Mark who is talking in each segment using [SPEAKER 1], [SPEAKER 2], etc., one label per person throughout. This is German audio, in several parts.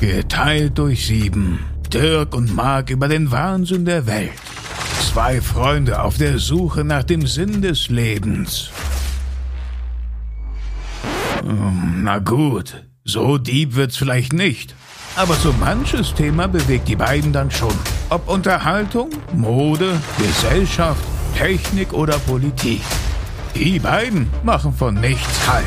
[SPEAKER 1] Geteilt durch sieben. Dirk und Mark über den Wahnsinn der Welt. Zwei Freunde auf der Suche nach dem Sinn des Lebens. Ähm, Na gut, so deep wird's vielleicht nicht. Aber so manches Thema bewegt die beiden dann schon. Ob Unterhaltung, Mode, Gesellschaft, Technik oder Politik. Die beiden machen von nichts Halt.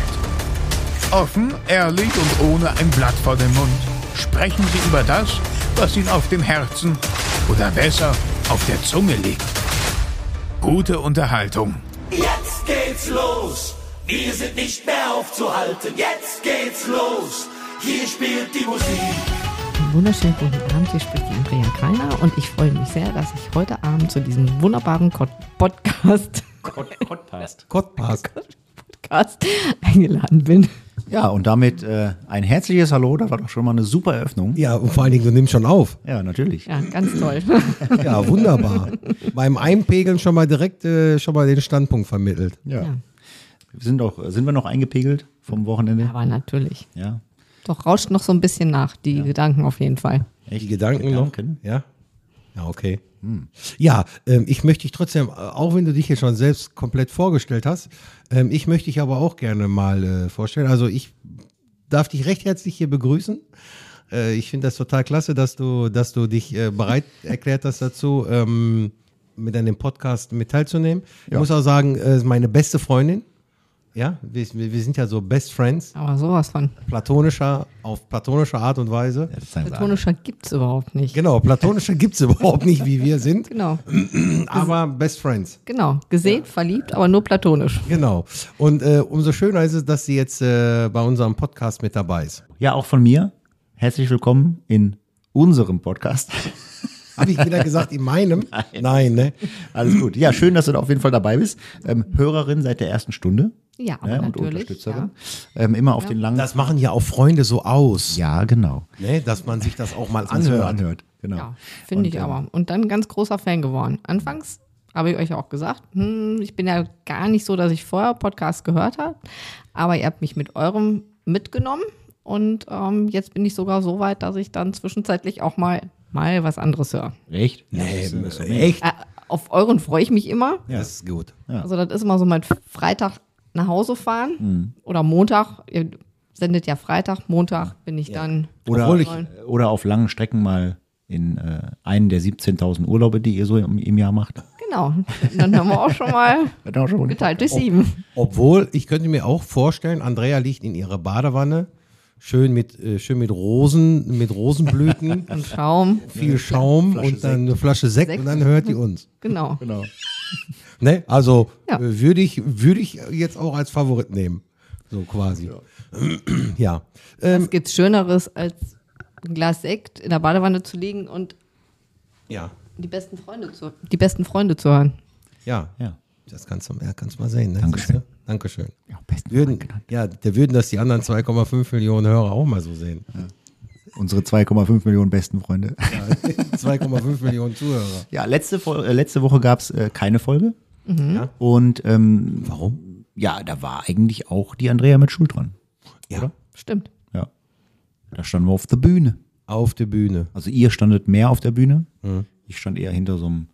[SPEAKER 1] Offen, ehrlich und ohne ein Blatt vor dem Mund sprechen sie über das, was ihnen auf dem Herzen oder besser auf der Zunge liegt. Gute Unterhaltung.
[SPEAKER 2] Jetzt geht's los. Wir sind nicht mehr aufzuhalten. Jetzt geht's los. Hier spielt die Musik.
[SPEAKER 3] Einen Wunderschönen guten Abend, hier spricht die Andrea Kreiner und ich freue mich sehr, dass ich heute Abend zu diesem wunderbaren Kod- Podcast,
[SPEAKER 4] passt.
[SPEAKER 5] Kottpark.
[SPEAKER 3] Podcast eingeladen bin.
[SPEAKER 6] Ja, und damit äh, ein herzliches Hallo. Das war doch schon mal eine super Eröffnung.
[SPEAKER 5] Ja, und vor allen Dingen, du nimmst schon auf.
[SPEAKER 6] Ja, natürlich.
[SPEAKER 3] Ja, ganz toll.
[SPEAKER 5] Ja, wunderbar. Beim Einpegeln schon mal direkt äh, schon mal den Standpunkt vermittelt.
[SPEAKER 6] Ja.
[SPEAKER 3] Ja.
[SPEAKER 6] Wir Sind, auch, sind wir noch eingepegelt vom Wochenende?
[SPEAKER 3] Aber natürlich.
[SPEAKER 6] Ja.
[SPEAKER 3] Doch rauscht noch so ein bisschen nach, die Gedanken auf jeden Fall.
[SPEAKER 6] Echt?
[SPEAKER 5] Die Gedanken,
[SPEAKER 6] Gedanken?
[SPEAKER 5] noch. Ja. Ja, okay. Hm. Ja, ähm, ich möchte dich trotzdem, äh, auch wenn du dich jetzt schon selbst komplett vorgestellt hast, ähm, ich möchte dich aber auch gerne mal äh, vorstellen. Also ich darf dich recht herzlich hier begrüßen. Äh, ich finde das total klasse, dass du, dass du dich äh, bereit erklärt hast dazu, ähm, mit an dem Podcast mit teilzunehmen. Ich muss auch sagen, äh, ist meine beste Freundin. Ja, wir, wir wir sind ja so Best Friends,
[SPEAKER 3] Aber sowas von.
[SPEAKER 5] platonischer, auf platonischer Art und Weise.
[SPEAKER 6] Ja, das sagen sie alle.
[SPEAKER 3] Platonischer gibt es überhaupt nicht.
[SPEAKER 5] Genau, platonische gibt es überhaupt nicht, wie wir sind,
[SPEAKER 3] Genau,
[SPEAKER 5] aber Best Friends.
[SPEAKER 3] genau. Gesehen, verliebt, aber nur platonisch.
[SPEAKER 5] Genau. Und äh, umso schöner ist es, dass sie jetzt äh, bei unserem Podcast mit dabei ist.
[SPEAKER 6] ja, auch von mir. Herzlich willkommen in unserem Podcast.
[SPEAKER 5] Habe ich wieder gesagt, in meinem? Nein, ne?
[SPEAKER 6] Alles gut. Ja, schön, dass du da auf jeden Fall dabei bist. Ähm, Hörerin seit der ersten Stunde.
[SPEAKER 3] Ja, aber
[SPEAKER 6] ne, und
[SPEAKER 3] natürlich.
[SPEAKER 6] Unterstützerin. Ähm, immer auf den langen.
[SPEAKER 5] Das machen ja auch Freunde so aus,
[SPEAKER 6] ja, genau.
[SPEAKER 5] ne? dass man sich das auch mal
[SPEAKER 6] Dass man
[SPEAKER 5] anhört.
[SPEAKER 6] anhört. Genau.
[SPEAKER 3] Ja, finde ich
[SPEAKER 6] ähm,
[SPEAKER 3] aber. Und äh, dann ganz großer Fan geworden. Anfangs habe ich euch ja auch gesagt, hm, ich bin ja gar nicht so, dass ich vorher Podcast gehört habe, aber ihr habt mich mit eurem mitgenommen und ähm, jetzt bin ich sogar so weit, dass ich dann zwischenzeitlich auch mal mal was anderes höre.
[SPEAKER 6] Echt?
[SPEAKER 5] Nee,
[SPEAKER 6] Ja, das ist-
[SPEAKER 5] echt?
[SPEAKER 3] Äh, auf euren freue ich mich immer.
[SPEAKER 5] Ja. Das ist gut.
[SPEAKER 3] Also das ist immer so mein Freitag nach Hause fahren oder Montag. Ihr sendet ja Freitag, Montag bin ich dann.
[SPEAKER 6] Oder,
[SPEAKER 5] Obwohl ich-
[SPEAKER 6] oder auf langen Strecken mal in äh, einen der 17.000 Urlaube, die ihr so im, im Jahr macht.
[SPEAKER 3] Genau, dann haben wir auch schon mal
[SPEAKER 6] Genau schon.
[SPEAKER 3] geteilt durch sieben.
[SPEAKER 5] Obwohl, ich könnte mir auch vorstellen, Andrea liegt in ihrer Badewanne, schön mit, äh, schön mit Rosen, mit Rosenblüten,
[SPEAKER 3] Und Schaum.
[SPEAKER 5] viel Schaum und dann eine Flasche Sekt und dann hört die uns.
[SPEAKER 3] Genau.
[SPEAKER 6] Genau.
[SPEAKER 5] Ne? Also
[SPEAKER 3] Ja.
[SPEAKER 5] äh, würde ich, würde ich jetzt auch als Favorit nehmen. So quasi. Ähm, Ja.
[SPEAKER 3] Es gibt Schöneres, als ein Glas Sekt in der Badewanne zu liegen und
[SPEAKER 5] Ja.
[SPEAKER 3] die besten Freunde zu, die besten Freunde zu hören.
[SPEAKER 5] Ja.
[SPEAKER 6] Ja.
[SPEAKER 5] Das kannst du, ja, kannst du mal sehen. Ne?
[SPEAKER 6] Dankeschön.
[SPEAKER 5] Siehst du? Dankeschön.
[SPEAKER 6] Ja, besten
[SPEAKER 5] Würden,
[SPEAKER 6] Dank, genau.
[SPEAKER 5] ja, da würden das die anderen 2,5 Millionen Hörer auch mal so sehen.
[SPEAKER 6] Unsere 2,5 Millionen besten Freunde.
[SPEAKER 5] 2,5 Millionen Zuhörer.
[SPEAKER 6] Ja, letzte, Fol- äh, letzte Woche gab es äh, keine Folge.
[SPEAKER 3] Mhm.
[SPEAKER 5] Ja.
[SPEAKER 6] Und ähm,
[SPEAKER 5] Warum?
[SPEAKER 6] ja, da war eigentlich auch die Andrea mit Schuld dran.
[SPEAKER 5] Ja.
[SPEAKER 3] Stimmt.
[SPEAKER 6] Ja. Da standen wir auf der Bühne.
[SPEAKER 5] Auf der Bühne.
[SPEAKER 6] Also ihr standet mehr auf der Bühne.
[SPEAKER 5] Mhm.
[SPEAKER 6] Ich stand eher hinter so einem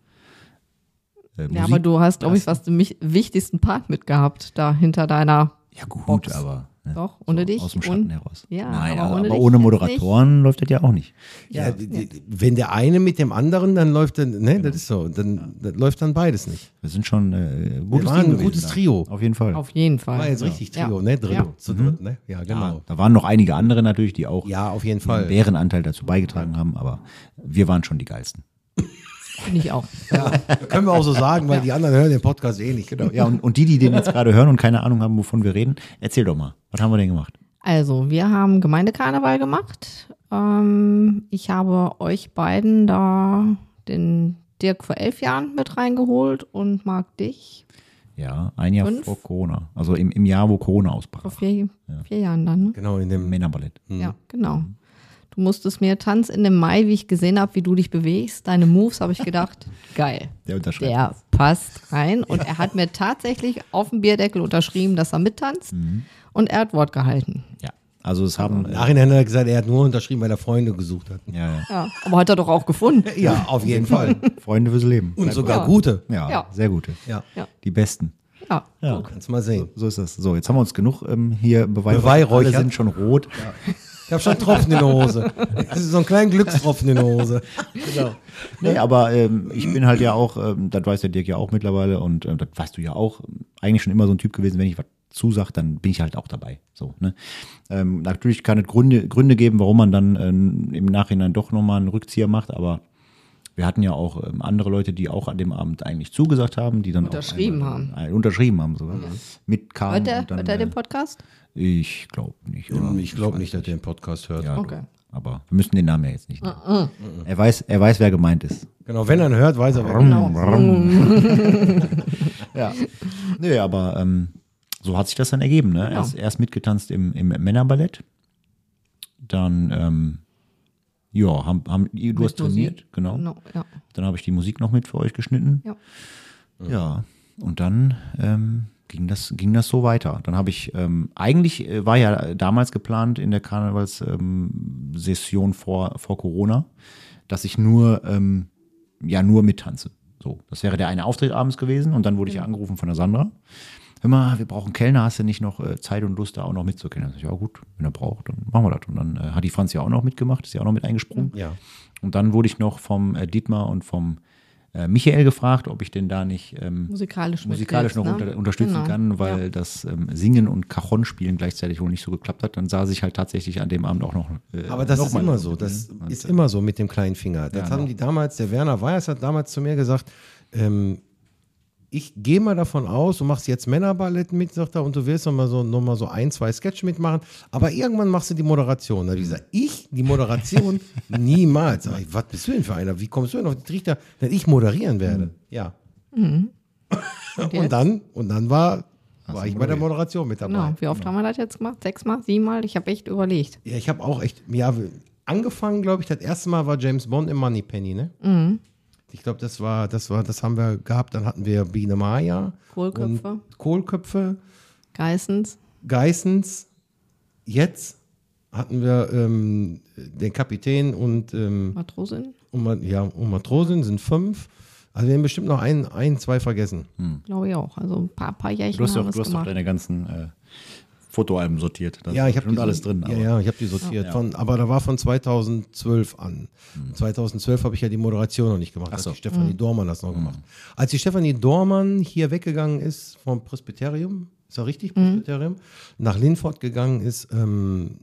[SPEAKER 6] äh, Musik.
[SPEAKER 3] Ja, aber du hast, glaube ich, fast den mich- wichtigsten Part mitgehabt, da hinter deiner.
[SPEAKER 6] Ja, gut,
[SPEAKER 3] Box.
[SPEAKER 6] aber. ne,
[SPEAKER 3] Doch, ohne dich
[SPEAKER 6] Aus dem
[SPEAKER 3] und-
[SPEAKER 6] Schatten heraus.
[SPEAKER 3] Ja,
[SPEAKER 6] Nein, also
[SPEAKER 3] aber
[SPEAKER 6] aber,
[SPEAKER 3] ohne
[SPEAKER 6] aber
[SPEAKER 3] dich
[SPEAKER 6] ohne
[SPEAKER 3] jetzt
[SPEAKER 6] Moderatoren läuft das ja auch nicht.
[SPEAKER 5] Ja, die, die, wenn der eine mit dem anderen, dann läuft dann, ne, das ist so, dann das läuft dann beides nicht.
[SPEAKER 6] Wir sind schon äh, gutes
[SPEAKER 5] waren
[SPEAKER 6] Team
[SPEAKER 5] ein
[SPEAKER 6] gewesen
[SPEAKER 5] gutes
[SPEAKER 6] da.
[SPEAKER 5] Trio.
[SPEAKER 6] Auf jeden Fall.
[SPEAKER 3] Auf jeden Fall.
[SPEAKER 5] War jetzt richtig
[SPEAKER 3] Ja.
[SPEAKER 5] Trio, ne? Drin,
[SPEAKER 3] Ja.
[SPEAKER 5] zu dritt, ne? Ja, genau.
[SPEAKER 6] Da waren noch einige andere natürlich, die auch
[SPEAKER 5] Ja, auf jeden
[SPEAKER 6] ihren
[SPEAKER 5] Fall.
[SPEAKER 6] Bärenanteil dazu beigetragen haben, aber wir waren schon die geilsten.
[SPEAKER 3] Finde ich auch.
[SPEAKER 5] Können wir auch so sagen, weil die anderen hören den Podcast eh nicht. Genau.
[SPEAKER 6] Ja, und, und die, die den jetzt gerade hören und keine Ahnung haben, wovon wir reden, erzähl doch mal, was haben wir denn gemacht?
[SPEAKER 3] Also, wir haben Gemeindekarneval gemacht. Ähm, ich habe euch beiden da den Dirk vor elf Jahren mit reingeholt und mag dich
[SPEAKER 6] Ja, ein Jahr
[SPEAKER 3] Fünf?
[SPEAKER 6] vor Corona, also im, im Jahr, wo Corona
[SPEAKER 3] vor
[SPEAKER 6] ausbrach.
[SPEAKER 3] vier, vier Jahren dann. Ne?
[SPEAKER 5] Genau, in dem
[SPEAKER 6] Männerballett.
[SPEAKER 3] Ja, genau. Du musstest mir Tanz in dem Mai, wie ich gesehen habe, wie du dich bewegst, deine Moves, habe ich gedacht, geil.
[SPEAKER 6] Der unterschreibt.
[SPEAKER 3] Der passt rein. Und er hat Mhm. mir tatsächlich auf dem Bierdeckel unterschrieben, dass er mittanzt. Und er hat Wort gehalten.
[SPEAKER 6] Ja, Also es haben.
[SPEAKER 5] Im
[SPEAKER 6] Äh,
[SPEAKER 5] Nachhinein hat er gesagt, er hat nur unterschrieben, weil er Freunde gesucht hat.
[SPEAKER 6] ja, ja.
[SPEAKER 3] Ja, aber heute hat er doch auch gefunden.
[SPEAKER 5] Ja, auf jeden Fall.
[SPEAKER 6] Freunde fürs Leben.
[SPEAKER 5] Und sogar
[SPEAKER 3] Ja.
[SPEAKER 5] gute.
[SPEAKER 6] Ja,
[SPEAKER 3] Ja.
[SPEAKER 6] sehr gute.
[SPEAKER 5] Ja.
[SPEAKER 3] Ja.
[SPEAKER 6] Die besten.
[SPEAKER 3] Ja,
[SPEAKER 6] Ja.
[SPEAKER 5] Kannst mal sehen.
[SPEAKER 6] So ist das. So, jetzt haben wir uns genug ähm, hier beweihräuchert.
[SPEAKER 5] Beweihräuchert.
[SPEAKER 6] Alle sind schon rot.
[SPEAKER 5] Ich habe schon Tropfen in der Hose. Das ist so ein kleinen Glückstropfen in der Hose. Genau.
[SPEAKER 3] Ne?
[SPEAKER 6] Nee, aber ähm, ich bin halt ja auch, ähm, das weiß der Dirk ja auch mittlerweile und ähm, das weißt du ja auch, ähm, eigentlich schon immer so ein Typ gewesen, wenn ich was zusagt, dann bin ich halt auch dabei. So, ne? ähm, natürlich kann es Gründe, Gründe geben, warum man dann ähm, im Nachhinein doch nochmal einen Rückzieher macht, aber wir hatten ja auch ähm, andere Leute, die auch an dem Abend eigentlich zugesagt haben, die dann
[SPEAKER 3] Unterschrieben
[SPEAKER 6] auch
[SPEAKER 3] haben. Mhm.
[SPEAKER 6] Ein, unterschrieben haben sogar. Mit Kahn
[SPEAKER 3] hört er,
[SPEAKER 6] und dann,
[SPEAKER 3] hört er
[SPEAKER 6] äh,
[SPEAKER 3] den Podcast?
[SPEAKER 6] Ich glaube nicht. Oder?
[SPEAKER 5] Ich glaube nicht, dass der den Podcast hört.
[SPEAKER 6] Ja,
[SPEAKER 3] Okay. Mhm.
[SPEAKER 6] okay. Aber wir müssen den Namen ja jetzt nicht nennen. Er weiß, er weiß, wer gemeint ist.
[SPEAKER 5] Genau, wenn er ihn hört, weiß er, wer
[SPEAKER 6] Ja. Nee, aber ähm, so hat sich das dann ergeben. Ne? Erst, erst mitgetanzt im, im Männerballett. Dann, ähm, ja, haben, haben, du hast trainiert, genau.
[SPEAKER 3] No, ja.
[SPEAKER 6] Dann habe ich die Musik noch mit für euch geschnitten.
[SPEAKER 3] Ja.
[SPEAKER 6] Ja. Und dann ähm, ging, das, ging das so weiter. Dann habe ich, ähm, eigentlich äh, war ja damals geplant in der Karnevalssession vor, vor Corona, dass ich nur, ähm, ja, nur mittanze. So, das wäre der eine Auftritt abends gewesen und dann wurde ich angerufen von der Sandra. Hör mal, wir brauchen Kellner, hast du nicht noch äh, Zeit und Lust, da auch noch mitzukellnern? Sag ich, ja gut, wenn er braucht, dann machen wir das. Und dann äh, hat die Franz ja auch noch mitgemacht, ist ja auch noch mit eingesprungen.
[SPEAKER 5] Ja.
[SPEAKER 6] Und dann wurde ich noch vom äh, Dietmar und vom äh, Michael gefragt, ob ich denn da nicht ähm,
[SPEAKER 3] Musikalisch
[SPEAKER 6] musikalisch noch
[SPEAKER 3] mitwirkst, ne?
[SPEAKER 6] unter, unterstützen
[SPEAKER 3] Genau.
[SPEAKER 6] kann, weil das ähm, Singen und Cajon-Spielen gleichzeitig wohl nicht so geklappt hat. Dann saß ich halt tatsächlich an dem Abend auch noch. Äh,
[SPEAKER 5] Aber das
[SPEAKER 6] noch
[SPEAKER 5] ist
[SPEAKER 6] mal-
[SPEAKER 5] immer so. Das ist immer so mit dem kleinen Finger. Das haben die damals, der Werner Weiß hat damals zu mir gesagt, ähm, ich gehe mal davon aus, du machst jetzt Männerballett mit, sagt er, und du willst nochmal so, noch mal so ein, zwei Sketche mitmachen, aber irgendwann machst du die Moderation. Da habe ich gesagt, ich, die Moderation, niemals. Sag ich, was bist du denn für einer? Wie kommst du denn auf den Trichter, dass ich moderieren werde? Ja. Und,
[SPEAKER 3] Mhm. jetzt?
[SPEAKER 5] dann, und dann war, war ich bei der Moderation mit dabei.
[SPEAKER 3] Genau. Wie oft haben wir das jetzt gemacht? Sechsmal, siebenmal? Ich habe echt überlegt.
[SPEAKER 5] Ja, ich habe auch echt, ja, angefangen, glaube ich, das erste Mal war James Bond im Moneypenny, ne? Ich glaube, das war, das war, das haben wir gehabt. Dann hatten wir Biene Maya.
[SPEAKER 3] Kohlköpfe.
[SPEAKER 5] und Kohlköpfe,
[SPEAKER 3] Geissens.
[SPEAKER 5] Geissens. Jetzt hatten wir ähm, den Kapitän und, ähm,
[SPEAKER 3] Matrosin,
[SPEAKER 5] und, Ma- ja, und Matrosin, sind fünf. Also wir haben bestimmt noch ein, ein zwei vergessen.
[SPEAKER 3] glaube ich auch. Also ein paar, paar Jährchen
[SPEAKER 6] Du hast
[SPEAKER 3] haben
[SPEAKER 6] doch,
[SPEAKER 3] wir es
[SPEAKER 6] du hast doch
[SPEAKER 3] gemacht.
[SPEAKER 6] deine ganzen äh, Fotoalben sortiert. Da
[SPEAKER 5] Ja,
[SPEAKER 6] ist
[SPEAKER 5] ich habe
[SPEAKER 6] bestimmt alles drin.
[SPEAKER 5] Ja,
[SPEAKER 6] aber-
[SPEAKER 5] ja, ich habe die sortiert. Von, aber da war von 2012 an.
[SPEAKER 6] Hm.
[SPEAKER 5] 2012 habe ich ja die Moderation noch nicht gemacht. Ach Hat die Stefanie
[SPEAKER 3] Hm.
[SPEAKER 5] Dormann das noch
[SPEAKER 6] Hm.
[SPEAKER 5] gemacht. Als die Stefanie Dormann hier weggegangen ist vom Presbyterium, ist ja
[SPEAKER 3] Hm.
[SPEAKER 5] richtig, Presbyterium, nach Linford gegangen ist, ähm,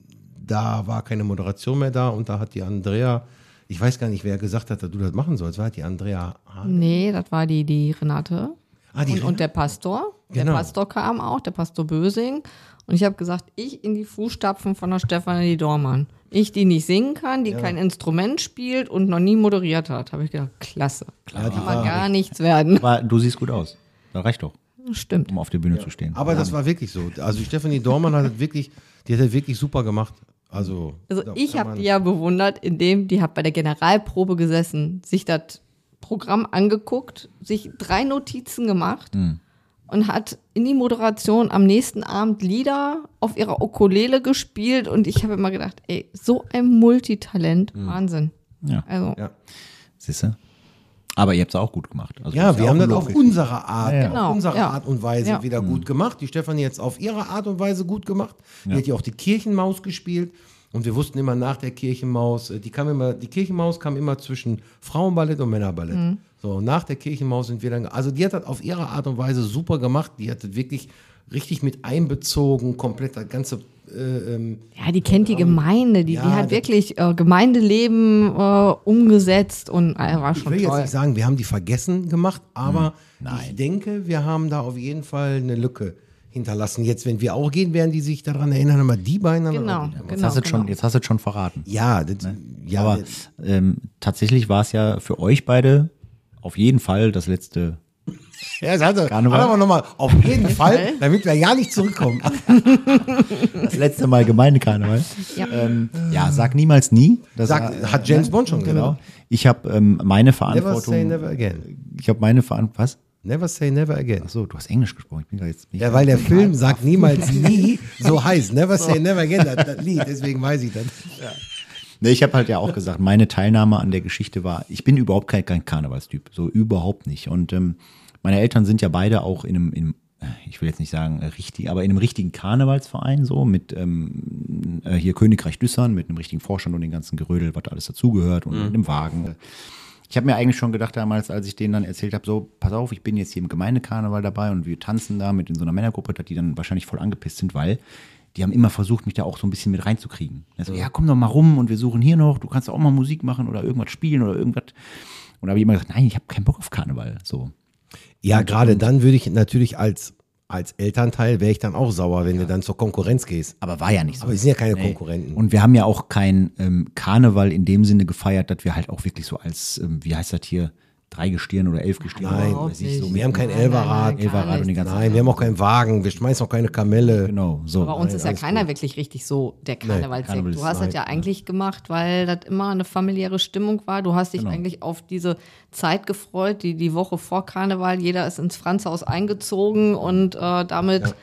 [SPEAKER 5] da war keine Moderation mehr da und da hat die Andrea, ich weiß gar nicht, wer gesagt hat, dass du das machen sollst, war die Andrea. Hahn?
[SPEAKER 3] Nee, das war die, die Renate.
[SPEAKER 5] Ah, die
[SPEAKER 3] und, und der Pastor. Der
[SPEAKER 5] Genau.
[SPEAKER 3] Pastor kam auch, der Pastor Bösing. Und ich habe gesagt, ich in die Fußstapfen von der Stefanie Dormann. Ich, die nicht singen kann, die kein Instrument spielt und noch nie moderiert hat. Habe ich gedacht, klasse.
[SPEAKER 5] Ja, die
[SPEAKER 3] Kann
[SPEAKER 5] war-
[SPEAKER 3] man gar nichts werden.
[SPEAKER 6] Aber du siehst gut aus. Das reicht doch,
[SPEAKER 3] Stimmt.
[SPEAKER 6] um auf der Bühne zu stehen.
[SPEAKER 5] Aber das war wirklich so. Also die Stefanie Dormann hat das wirklich, die hat das wirklich super gemacht. Also,
[SPEAKER 3] Also
[SPEAKER 5] da-
[SPEAKER 3] ich
[SPEAKER 5] da
[SPEAKER 3] habe
[SPEAKER 5] waren-
[SPEAKER 3] die ja bewundert, indem die hat bei der Generalprobe gesessen, sich das Programm angeguckt, sich drei Notizen gemacht
[SPEAKER 6] Hm.
[SPEAKER 3] und hat in die Moderation am nächsten Abend Lieder auf ihrer Ukulele gespielt und ich habe immer gedacht, ey, so ein Multitalent, Wahnsinn.
[SPEAKER 6] Hm. Ja.
[SPEAKER 3] Also
[SPEAKER 5] Ja.
[SPEAKER 6] Siehste? Aber ihr habt es auch gut gemacht. Also
[SPEAKER 5] Ja,
[SPEAKER 6] ist
[SPEAKER 5] wir
[SPEAKER 6] auch
[SPEAKER 5] haben das
[SPEAKER 6] ein
[SPEAKER 5] auf
[SPEAKER 6] Lob.
[SPEAKER 5] unserer Art,
[SPEAKER 6] ja. Mhm.
[SPEAKER 3] Genau,
[SPEAKER 5] auf unserer
[SPEAKER 3] ja.
[SPEAKER 5] Art und Weise
[SPEAKER 3] Ja.
[SPEAKER 5] wieder gut gemacht. Die Stefanie jetzt auf ihre Art und Weise gut gemacht. Die hat ja auch die Kirchenmaus gespielt. Und wir wussten immer nach der Kirchenmaus, äh, die kam immer, die Kirchenmaus kam immer zwischen Frauenballett und Männerballett.
[SPEAKER 3] Mhm.
[SPEAKER 5] So, und nach der Kirchenmaus sind wir dann, also die hat das auf ihre Art und Weise super gemacht. Die hat das wirklich richtig mit einbezogen, komplett das ganze, äh, ähm,
[SPEAKER 3] ja, die kennt die Gemeinde, die,
[SPEAKER 5] Ja,
[SPEAKER 3] die hat
[SPEAKER 5] das-
[SPEAKER 3] wirklich äh, Gemeindeleben äh, umgesetzt und äh, war
[SPEAKER 5] Ich
[SPEAKER 3] schon
[SPEAKER 5] will jetzt
[SPEAKER 3] toll.
[SPEAKER 5] nicht sagen, wir haben die vergessen gemacht,
[SPEAKER 6] Hm.
[SPEAKER 5] aber ich denke, wir haben da auf jeden Fall eine Lücke hinterlassen. Jetzt, wenn wir auch gehen, werden die sich daran erinnern, aber die beiden haben
[SPEAKER 3] Genau,
[SPEAKER 5] wir auch-
[SPEAKER 6] Jetzt
[SPEAKER 3] genau.
[SPEAKER 6] hast du es schon,
[SPEAKER 3] genau.
[SPEAKER 6] jetzt hast du es schon verraten.
[SPEAKER 5] Ja, das, ja,
[SPEAKER 6] Ne? Aber
[SPEAKER 5] das-
[SPEAKER 6] ähm, tatsächlich war es ja für euch beide auf jeden Fall das letzte.
[SPEAKER 5] ja, das hat er.
[SPEAKER 6] Karneval.
[SPEAKER 5] Aber nochmal, auf jeden Fall, damit wir ja nicht zurückkommen.
[SPEAKER 6] Das letzte Mal Gemeindekarneval.
[SPEAKER 3] Ja.
[SPEAKER 6] Ähm, ja, sag niemals nie. Das ne? Genau.
[SPEAKER 5] Sagt, hat James Bond schon gesagt.
[SPEAKER 6] Ich habe ähm,
[SPEAKER 5] Never say
[SPEAKER 6] meine Verantwortung.
[SPEAKER 5] never again.
[SPEAKER 6] Ich habe meine Verantwortung. Was?
[SPEAKER 5] Never say never again.
[SPEAKER 6] Ach so, du hast Englisch gesprochen. Ich bin grad jetzt bin ich
[SPEAKER 5] Ja,
[SPEAKER 6] grad-
[SPEAKER 5] weil der Film sagt niemals nie, so heißt Never say never again, das, das Lied, deswegen weiß ich das.
[SPEAKER 6] Nee, ich habe halt ja auch gesagt, meine Teilnahme an der Geschichte war, ich bin überhaupt kein, kein Karnevalstyp, so überhaupt nicht. Und ähm, meine Eltern sind ja beide auch in einem, in, einem, äh, ich will jetzt nicht sagen äh, richtig, aber in einem richtigen Karnevalsverein, so mit ähm, äh, hier Königreich Düssern, mit einem richtigen Vorstand und den ganzen Gerödel, was da alles dazugehört und mit einem Wagen. Ich habe mir eigentlich schon gedacht damals, als ich denen dann erzählt habe, so, pass auf, ich bin jetzt hier im Gemeindekarneval dabei und wir tanzen da mit in so einer Männergruppe, dass die dann wahrscheinlich voll angepisst sind, weil die haben immer versucht, mich da auch so ein bisschen mit reinzukriegen. Also, ja, komm doch mal rum und wir suchen hier noch, du kannst auch mal Musik machen oder irgendwas spielen oder irgendwas. Und da habe ich immer gesagt, nein, ich habe keinen Bock auf Karneval. So.
[SPEAKER 5] Ja, gerade dann würde ich natürlich als, als Elternteil, wäre ich dann auch sauer, wenn du dann zur Konkurrenz gehst.
[SPEAKER 6] Aber war ja nicht so.
[SPEAKER 5] Aber wir sind ja keine
[SPEAKER 6] Nee.
[SPEAKER 5] Konkurrenten.
[SPEAKER 6] Und wir haben ja auch kein ähm, Karneval in dem Sinne gefeiert, dass wir halt auch wirklich so als, ähm, wie heißt das hier, drei Gestirn oder elf Gestirn
[SPEAKER 5] Nein,
[SPEAKER 6] oder weiß ich, so.
[SPEAKER 3] nicht.
[SPEAKER 5] wir haben kein
[SPEAKER 3] Nein, nein,
[SPEAKER 5] Elverrad,
[SPEAKER 3] nein,
[SPEAKER 6] Elverrad
[SPEAKER 3] gar
[SPEAKER 6] und die
[SPEAKER 3] nicht.
[SPEAKER 6] ganzen
[SPEAKER 5] Nein, wir haben auch keinen Wagen, wir schmeißen auch keine Kamelle.
[SPEAKER 6] Genau, so.
[SPEAKER 3] Bei uns
[SPEAKER 5] Nein,
[SPEAKER 3] ist ja
[SPEAKER 5] alles
[SPEAKER 3] keiner wirklich richtig so der Karnevalssektor.
[SPEAKER 6] Karneval ist
[SPEAKER 3] Du hast
[SPEAKER 5] nein,
[SPEAKER 3] das ja eigentlich gemacht, weil das immer eine familiäre Stimmung war. Du hast dich
[SPEAKER 6] Genau.
[SPEAKER 3] eigentlich auf diese Zeit gefreut, die die Woche vor Karneval, jeder ist ins Franzhaus eingezogen und äh, damit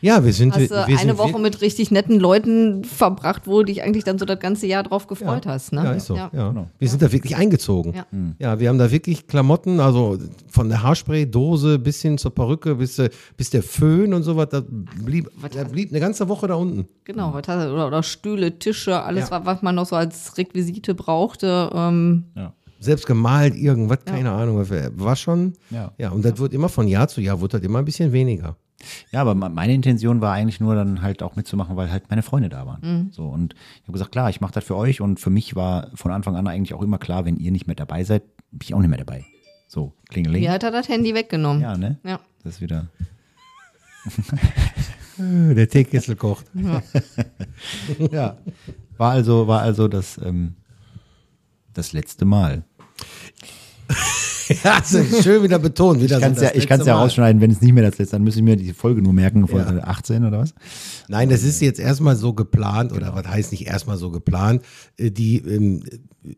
[SPEAKER 5] Ja, wir sind,
[SPEAKER 3] hast
[SPEAKER 5] wir,
[SPEAKER 3] du
[SPEAKER 5] Also, wir sind
[SPEAKER 3] eine Woche mit richtig netten Leuten verbracht, wo du dich eigentlich dann so das ganze Jahr drauf gefreut hast. Ne?
[SPEAKER 5] Ja, ist so. Ja.
[SPEAKER 3] Ja.
[SPEAKER 6] Genau.
[SPEAKER 5] Wir sind da wirklich eingezogen. Ja.
[SPEAKER 3] Ja.
[SPEAKER 6] Mhm.
[SPEAKER 5] wir haben da wirklich Klamotten, also von der Haarspray-Dose bis hin zur Perücke, bis, äh, bis der Föhn und sowas. Da blieb,
[SPEAKER 3] was
[SPEAKER 5] da
[SPEAKER 3] hast-
[SPEAKER 5] blieb eine ganze Woche da unten.
[SPEAKER 3] Genau, was hast du- oder, oder Stühle, Tische, alles,
[SPEAKER 5] Ja.
[SPEAKER 3] wa- was man noch so als Requisite brauchte. Ähm,
[SPEAKER 6] Ja.
[SPEAKER 5] Selbst gemalt, irgendwas, keine Ahnung. was wir- War schon.
[SPEAKER 6] Ja.
[SPEAKER 5] ja und das wird immer von Jahr zu Jahr, wird das immer ein bisschen weniger.
[SPEAKER 6] Ja, aber me- meine Intention war eigentlich nur dann halt auch mitzumachen, weil halt meine Freunde da waren. So und ich habe gesagt, klar, ich mache das für euch und für mich war von Anfang an eigentlich auch immer klar, wenn ihr nicht mehr dabei seid, bin ich auch nicht mehr dabei. So, klingeling.
[SPEAKER 3] mir
[SPEAKER 6] Ja,
[SPEAKER 3] hat er das Handy weggenommen.
[SPEAKER 6] ja ne?
[SPEAKER 3] ja.
[SPEAKER 6] Das ist wieder
[SPEAKER 5] Äh, Der Teekessel kocht.
[SPEAKER 6] Ja. War also war also das ähm, das letzte Mal.
[SPEAKER 5] Ja, also schön wieder betont. Wieder
[SPEAKER 6] Ich kann es ja, ich kann's ja rausschneiden, wenn es nicht mehr das letzte, dann müsste ich mir die Folge nur merken von
[SPEAKER 5] Ja.
[SPEAKER 6] äh, 18 oder was?
[SPEAKER 5] Nein, das ist jetzt erstmal so geplant, oder was heißt nicht erstmal so geplant? Äh, Die, ähm, äh,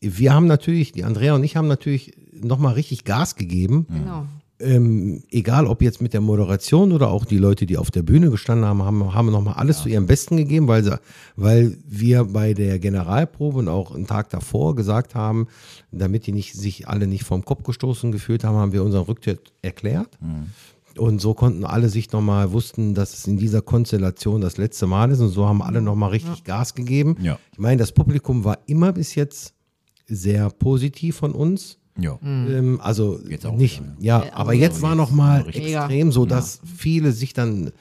[SPEAKER 5] wir haben natürlich, die Andrea und ich haben natürlich nochmal richtig Gas gegeben.
[SPEAKER 3] Genau.
[SPEAKER 5] Ähm, egal ob jetzt mit der Moderation oder auch die Leute, die auf der Bühne gestanden haben, haben, haben nochmal alles zu ihrem Besten gegeben, weil, sie, weil wir bei der Generalprobe und auch einen Tag davor gesagt haben, damit die nicht, sich alle nicht vom Kopf gestoßen gefühlt haben, haben wir unseren Rücktritt erklärt. Und so konnten alle sich nochmal, wussten, dass es in dieser Konstellation das letzte Mal ist. Und so haben alle nochmal richtig Gas gegeben.
[SPEAKER 6] Ja.
[SPEAKER 5] Ich meine, das Publikum war immer bis jetzt sehr positiv von uns.
[SPEAKER 6] Ja.
[SPEAKER 5] Ähm, also
[SPEAKER 6] Jetzt Hm. auch
[SPEAKER 5] nicht,
[SPEAKER 6] wieder,
[SPEAKER 5] ja, aber jetzt war noch mal extrem so, dass viele sich dann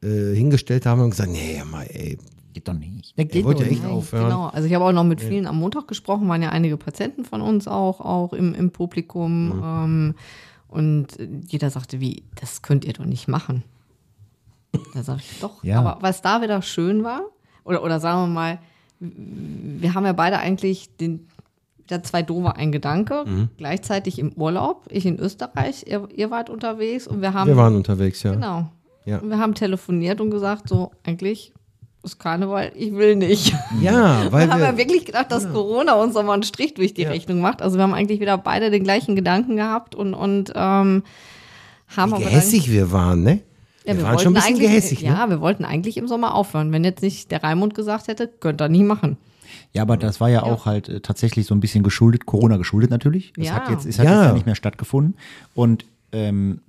[SPEAKER 5] äh, hingestellt haben und gesagt, nee, mal, ey,
[SPEAKER 6] Geht doch nicht.
[SPEAKER 5] er wollte echt
[SPEAKER 3] Nein,
[SPEAKER 5] aufhören.
[SPEAKER 3] Genau, also ich habe auch noch mit vielen am Montag gesprochen, waren ja einige Patienten von uns auch, auch im, im
[SPEAKER 5] Mhm.
[SPEAKER 3] Publikum. Ähm, und jeder sagte, wie, das könnt ihr doch nicht machen. Da sage ich doch.
[SPEAKER 6] Ja.
[SPEAKER 3] Aber was da wieder schön war, oder, oder sagen wir mal, wir haben ja beide eigentlich den, da zwei doofe ein Gedanke,
[SPEAKER 5] Mhm.
[SPEAKER 3] gleichzeitig im Urlaub, ich in Österreich, ihr, ihr wart unterwegs und wir haben
[SPEAKER 5] Wir waren unterwegs, ja.
[SPEAKER 3] Genau.
[SPEAKER 5] Ja.
[SPEAKER 3] Und wir haben telefoniert und gesagt, so, eigentlich ist Karneval, ich will nicht.
[SPEAKER 5] Ja, weil
[SPEAKER 3] wir haben ja
[SPEAKER 5] wir,
[SPEAKER 3] wirklich gedacht, dass Corona uns nochmal einen Strich durch die
[SPEAKER 5] Ja.
[SPEAKER 3] Rechnung macht. Also wir haben eigentlich wieder beide den gleichen Gedanken gehabt und, und ähm, haben
[SPEAKER 5] wie
[SPEAKER 3] aber
[SPEAKER 5] gehässig wir waren, ne?
[SPEAKER 3] dann,
[SPEAKER 5] wir, waren schon ein bisschen
[SPEAKER 3] eigentlich-
[SPEAKER 5] gehässig, ne?
[SPEAKER 3] Ja, wir wollten eigentlich im Sommer aufhören. Wenn jetzt nicht der Raimund gesagt hätte, könnt ihr nicht machen.
[SPEAKER 6] Ja, aber das war ja, auch halt äh, tatsächlich so ein bisschen geschuldet, Corona geschuldet natürlich. Das
[SPEAKER 3] Ja.
[SPEAKER 6] hat jetzt, es hat
[SPEAKER 5] Ja.
[SPEAKER 6] jetzt ja nicht mehr stattgefunden. Und ähm,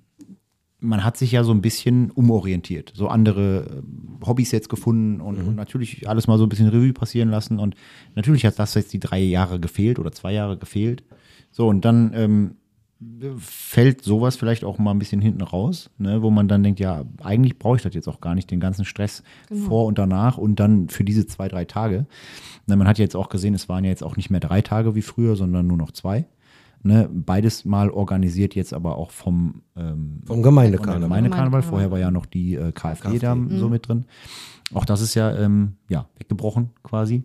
[SPEAKER 6] man hat sich ja so ein bisschen umorientiert, so andere äh, Hobbys jetzt gefunden und, und natürlich alles mal so ein bisschen Revue passieren lassen. Und natürlich hat das jetzt die drei Jahre gefehlt oder zwei Jahre gefehlt. So, und dann ähm, fällt sowas vielleicht auch mal ein bisschen hinten raus, ne, wo man dann denkt, ja, eigentlich brauche ich das jetzt auch gar nicht, den ganzen Stress vor und danach und dann für diese zwei, drei Tage. Na, man hat ja jetzt auch gesehen, es waren ja jetzt auch nicht mehr drei Tage wie früher, sondern nur noch zwei. Ne, beides mal organisiert jetzt aber auch vom ähm,
[SPEAKER 5] Vom
[SPEAKER 6] von der
[SPEAKER 5] Gemeindekarneval.
[SPEAKER 6] Gemeindekarneval. Vorher war ja noch die äh, KfD da so mit drin. Auch das ist ja, ähm, ja weggebrochen quasi.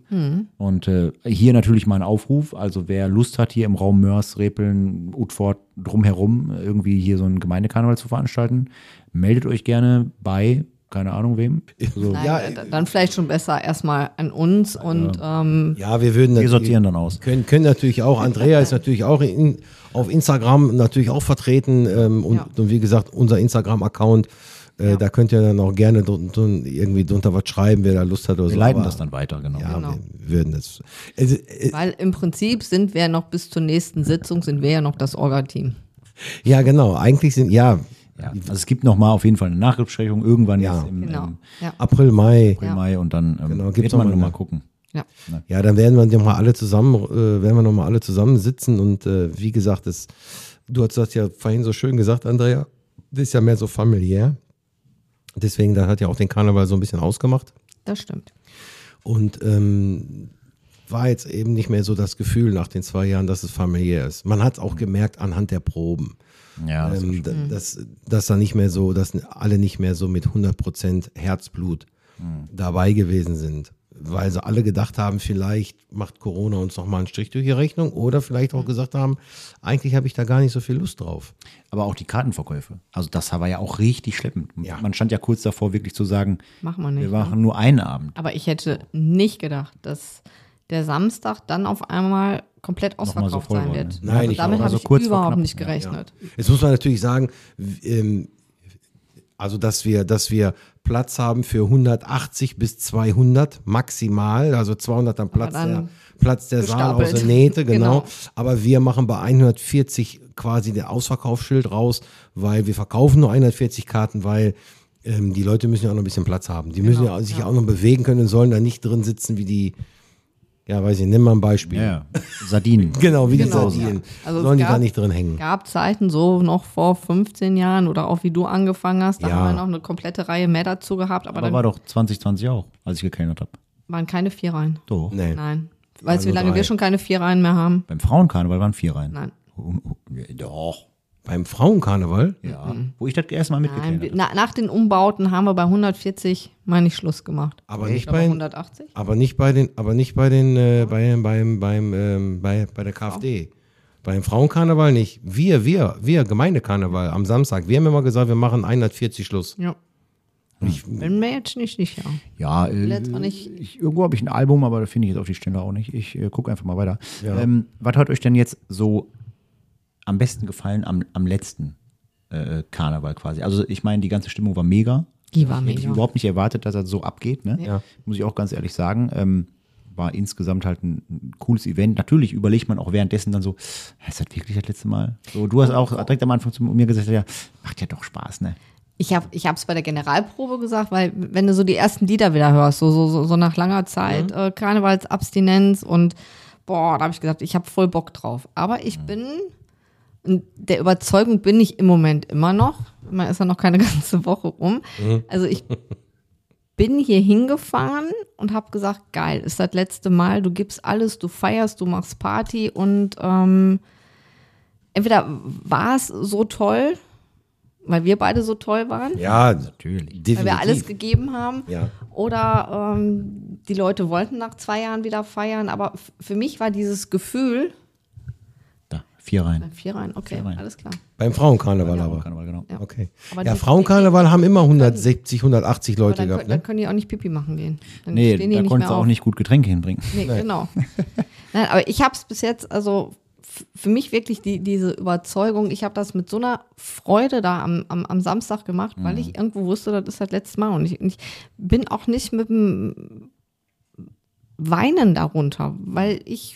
[SPEAKER 6] Und äh, hier natürlich mal ein Aufruf. Also wer Lust hat, hier im Raum Mörs, Repeln, Utford, drumherum irgendwie hier so einen Gemeindekarneval zu veranstalten, meldet euch gerne bei keine Ahnung wem. So.
[SPEAKER 3] Nein,
[SPEAKER 5] Ja,
[SPEAKER 3] äh,
[SPEAKER 5] äh,
[SPEAKER 3] da- dann vielleicht schon besser erstmal an uns und ähm,
[SPEAKER 5] Ja, wir würden
[SPEAKER 6] Wir
[SPEAKER 5] natürlich-
[SPEAKER 6] sortieren dann aus.
[SPEAKER 5] Können, können natürlich auch, Andrea ist natürlich auch in, auf Instagram natürlich auch vertreten ähm, und,
[SPEAKER 3] Ja.
[SPEAKER 5] und wie gesagt, unser Instagram-Account, äh, da könnt ihr dann auch gerne drun- drun- irgendwie drunter was schreiben, wer da Lust hat oder
[SPEAKER 6] Wir
[SPEAKER 5] so.
[SPEAKER 6] leiten
[SPEAKER 5] aber-
[SPEAKER 6] das dann weiter, genau.
[SPEAKER 5] Ja,
[SPEAKER 3] Genau.
[SPEAKER 5] wir würden das. Also, äh,
[SPEAKER 3] weil im Prinzip sind wir noch bis zur nächsten Sitzung, sind wir ja noch das Orga-Team.
[SPEAKER 5] ja, genau, eigentlich sind, ja,
[SPEAKER 6] Ja. Also es gibt nochmal auf jeden Fall eine Nachbesprechung irgendwann
[SPEAKER 5] Ja.
[SPEAKER 6] jetzt im,
[SPEAKER 3] Genau.
[SPEAKER 6] im
[SPEAKER 3] Ja.
[SPEAKER 5] April, Mai.
[SPEAKER 6] April, Mai und dann ähm,
[SPEAKER 5] Genau, gibt's
[SPEAKER 6] wird man
[SPEAKER 5] noch mal
[SPEAKER 6] nochmal
[SPEAKER 5] eine-
[SPEAKER 6] gucken.
[SPEAKER 3] ja.
[SPEAKER 5] Ja, dann werden wir noch mal alle zusammen, äh, werden wir noch mal alle zusammensitzen und äh, wie gesagt, das, du hast das ja vorhin so schön gesagt, Andrea, das ist ja mehr so familiär. Deswegen, das hat ja auch den Karneval so ein bisschen ausgemacht.
[SPEAKER 3] Das stimmt.
[SPEAKER 5] Und ähm, war jetzt eben nicht mehr so das Gefühl nach den zwei Jahren, dass es familiär ist. Man hat es auch gemerkt anhand der Proben,
[SPEAKER 6] Ja, das
[SPEAKER 5] ähm, da- dass, dass da nicht mehr so, dass alle nicht mehr so mit 100% Herzblut
[SPEAKER 6] Hm.
[SPEAKER 5] dabei gewesen sind. Weil sie alle gedacht haben, vielleicht macht Corona uns nochmal einen Strich durch die Rechnung oder vielleicht
[SPEAKER 6] Hm.
[SPEAKER 5] auch gesagt haben, eigentlich habe ich da gar nicht so viel Lust drauf.
[SPEAKER 6] Aber auch die Kartenverkäufe. Also das war ja auch richtig schleppend.
[SPEAKER 5] Ja.
[SPEAKER 6] Man stand ja kurz davor, wirklich zu sagen,
[SPEAKER 3] Machen wir nicht.
[SPEAKER 6] wir
[SPEAKER 3] ne?
[SPEAKER 6] machen nur einen Abend.
[SPEAKER 3] Aber ich hätte nicht gedacht, dass der Samstag dann auf einmal komplett
[SPEAKER 6] Nochmal so
[SPEAKER 3] ausverkauft
[SPEAKER 6] voll
[SPEAKER 3] sein
[SPEAKER 6] war,
[SPEAKER 3] wird.
[SPEAKER 6] ne?
[SPEAKER 5] Nein,
[SPEAKER 3] also
[SPEAKER 5] ich
[SPEAKER 3] damit
[SPEAKER 5] glaube,
[SPEAKER 3] habe
[SPEAKER 6] so
[SPEAKER 3] ich
[SPEAKER 6] kurz vor
[SPEAKER 3] überhaupt
[SPEAKER 6] knapp.
[SPEAKER 3] nicht gerechnet.
[SPEAKER 5] Jetzt muss man natürlich sagen, w- ähm, also dass wir, dass wir Platz haben für 180 bis 200 maximal, also 200 am Platz,
[SPEAKER 3] dann
[SPEAKER 5] der, Platz der Saal aus
[SPEAKER 3] gestapelt.
[SPEAKER 5] der Nähte, genau.
[SPEAKER 3] Genau.
[SPEAKER 5] Aber wir machen bei 140 quasi den Ausverkaufsschild raus, weil wir verkaufen nur 140 Karten, weil ähm, die Leute müssen ja auch noch ein bisschen Platz haben. Die
[SPEAKER 3] Genau,
[SPEAKER 5] müssen ja sich auch noch bewegen können und sollen da nicht drin sitzen wie die, ja weiß ich, nimm mal ein Beispiel.
[SPEAKER 6] Ja, ja. Sardinen.
[SPEAKER 5] Genau, wie
[SPEAKER 3] Genau,
[SPEAKER 5] die Sardinen.
[SPEAKER 3] ja. Also es
[SPEAKER 5] sollen die da
[SPEAKER 3] gab-
[SPEAKER 5] nicht drin hängen.
[SPEAKER 3] gab Zeiten, so noch vor 15 Jahren oder auch wie du angefangen hast, da
[SPEAKER 5] Ja.
[SPEAKER 3] haben wir noch eine komplette Reihe mehr dazu gehabt, aber,
[SPEAKER 6] Aber
[SPEAKER 3] dann
[SPEAKER 6] war doch 2020 auch, als ich gekennert habe.
[SPEAKER 3] waren keine vier Reihen.
[SPEAKER 6] Doch.
[SPEAKER 5] Nee.
[SPEAKER 3] Nein. Weißt
[SPEAKER 5] Also
[SPEAKER 3] du, wie lange
[SPEAKER 5] drei.
[SPEAKER 3] wir schon keine vier Reihen mehr haben?
[SPEAKER 6] Beim Frauenkarneval waren vier rein.
[SPEAKER 3] Nein.
[SPEAKER 6] Hu- hu- ja, Doch.
[SPEAKER 5] Beim Frauenkarneval?
[SPEAKER 6] Ja. Wo ich das erstmal
[SPEAKER 3] Nein, wir,
[SPEAKER 6] mitgekennert habe.
[SPEAKER 3] na, nach den Umbauten haben wir bei 140, meine ich, Schluss gemacht.
[SPEAKER 5] Aber nicht
[SPEAKER 3] Oder bei
[SPEAKER 5] bei,
[SPEAKER 3] 180?
[SPEAKER 5] aber nicht bei den, aber nicht bei den, äh, bei, beim, beim, ähm, bei, bei der KfD. Beim Frauenkarneval nicht. Wir, wir, wir, Gemeindekarneval am Samstag. Wir haben immer gesagt, wir machen 140 Schluss.
[SPEAKER 3] Ja. Ich bin mir jetzt nicht sicher.
[SPEAKER 6] Ja,
[SPEAKER 3] Letztes Mal
[SPEAKER 6] äh,
[SPEAKER 3] nicht.
[SPEAKER 6] ich, irgendwo habe ich ein Album, aber das finde ich jetzt auf die Stelle auch nicht. Ich äh, gucke einfach mal weiter. Ähm, was hat euch denn jetzt so am besten gefallen am, am letzten äh, Karneval quasi? Also ich meine, die ganze Stimmung war mega.
[SPEAKER 3] Die war
[SPEAKER 6] Hätte ich
[SPEAKER 3] mega.
[SPEAKER 6] überhaupt nicht erwartet, dass er so abgeht. Ne? Muss ich auch ganz ehrlich sagen. Ähm, war insgesamt halt ein, ein cooles Event. Natürlich überlegt man auch währenddessen dann so, ist das wirklich das letzte Mal? So, du hast auch direkt am Anfang zu mir gesagt, ja, macht ja doch Spaß, ne?
[SPEAKER 3] Ich habe ich hab's bei der Generalprobe gesagt, weil wenn du so die ersten Lieder wieder hörst, so, so, so, so nach langer Zeit, äh, Karnevalsabstinenz und boah, da habe ich gesagt, ich habe voll Bock drauf. Aber ich bin, in der Überzeugung bin ich im Moment immer noch, man ist ja noch keine ganze Woche rum, also ich bin hier hingefahren und habe gesagt, geil, ist das letzte Mal, du gibst alles, du feierst, du machst Party und ähm, entweder war es so toll, weil wir beide so toll waren,
[SPEAKER 5] Ja,
[SPEAKER 6] Natürlich.
[SPEAKER 5] definitiv.
[SPEAKER 3] weil wir alles gegeben haben.
[SPEAKER 5] Ja.
[SPEAKER 3] Oder ähm, die Leute wollten nach zwei Jahren wieder feiern, aber f- für mich war dieses Gefühl,
[SPEAKER 6] Da, vier rein.
[SPEAKER 3] vier rein, okay,
[SPEAKER 6] Vier rein.
[SPEAKER 3] alles klar.
[SPEAKER 5] Beim Frauenkarneval aber.
[SPEAKER 6] Karneval, genau.
[SPEAKER 5] Okay.
[SPEAKER 3] Aber
[SPEAKER 5] ja,
[SPEAKER 3] die-
[SPEAKER 5] Frauenkarneval haben immer 160, 180
[SPEAKER 3] Aber
[SPEAKER 5] Leute
[SPEAKER 3] dann,
[SPEAKER 5] gehabt,
[SPEAKER 3] können- dann
[SPEAKER 5] ne?
[SPEAKER 3] können die auch nicht Pipi machen gehen. Dann
[SPEAKER 6] Nee,
[SPEAKER 3] stehen die
[SPEAKER 6] da
[SPEAKER 3] nicht
[SPEAKER 6] konntest
[SPEAKER 3] mehr
[SPEAKER 6] du auch
[SPEAKER 3] auf.
[SPEAKER 6] nicht gut Getränke hinbringen.
[SPEAKER 3] Nee, genau. Nein, aber ich habe es bis jetzt, also f- für mich wirklich die, diese Überzeugung, ich habe das mit so einer Freude da am, am, am Samstag gemacht, weil ich irgendwo wusste, das ist das letzte Mal. Und ich, und ich bin auch nicht mit dem Weinen darunter, weil ich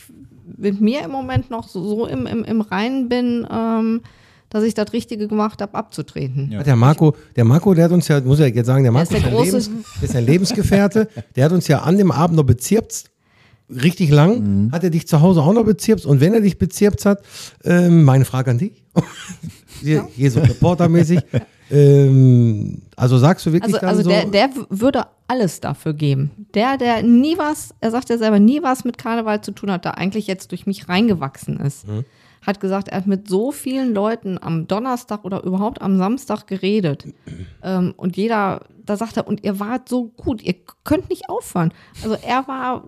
[SPEAKER 3] mit mir im Moment noch so, so im, im, im Reinen bin, ähm, dass ich das Richtige gemacht habe, abzutreten.
[SPEAKER 6] Ja.
[SPEAKER 5] Hat der Marco, der Marco, der hat uns ja, muss ich ja jetzt sagen, der Marco
[SPEAKER 3] ist der
[SPEAKER 5] ein
[SPEAKER 3] große-
[SPEAKER 5] Lebens, der ist ein Lebensgefährte, der hat uns ja an dem Abend noch bezirzt, richtig lang, hat er dich zu Hause auch noch bezirzt und wenn er dich bezirzt hat, ähm, meine Frage an dich, hier, hier so reportermäßig, ähm, also sagst du wirklich
[SPEAKER 3] Also,
[SPEAKER 5] dann
[SPEAKER 3] also
[SPEAKER 5] so,
[SPEAKER 3] der, der w- würde alles dafür geben. Der, der nie was, er sagt ja selber, nie was mit Karneval zu tun hat, da eigentlich jetzt durch mich reingewachsen ist,
[SPEAKER 5] Mhm.
[SPEAKER 3] hat gesagt, er hat mit so vielen Leuten am Donnerstag oder überhaupt am Samstag geredet. Ähm, und jeder, da sagt er, und ihr wart so gut, ihr könnt nicht aufhören. Also er war,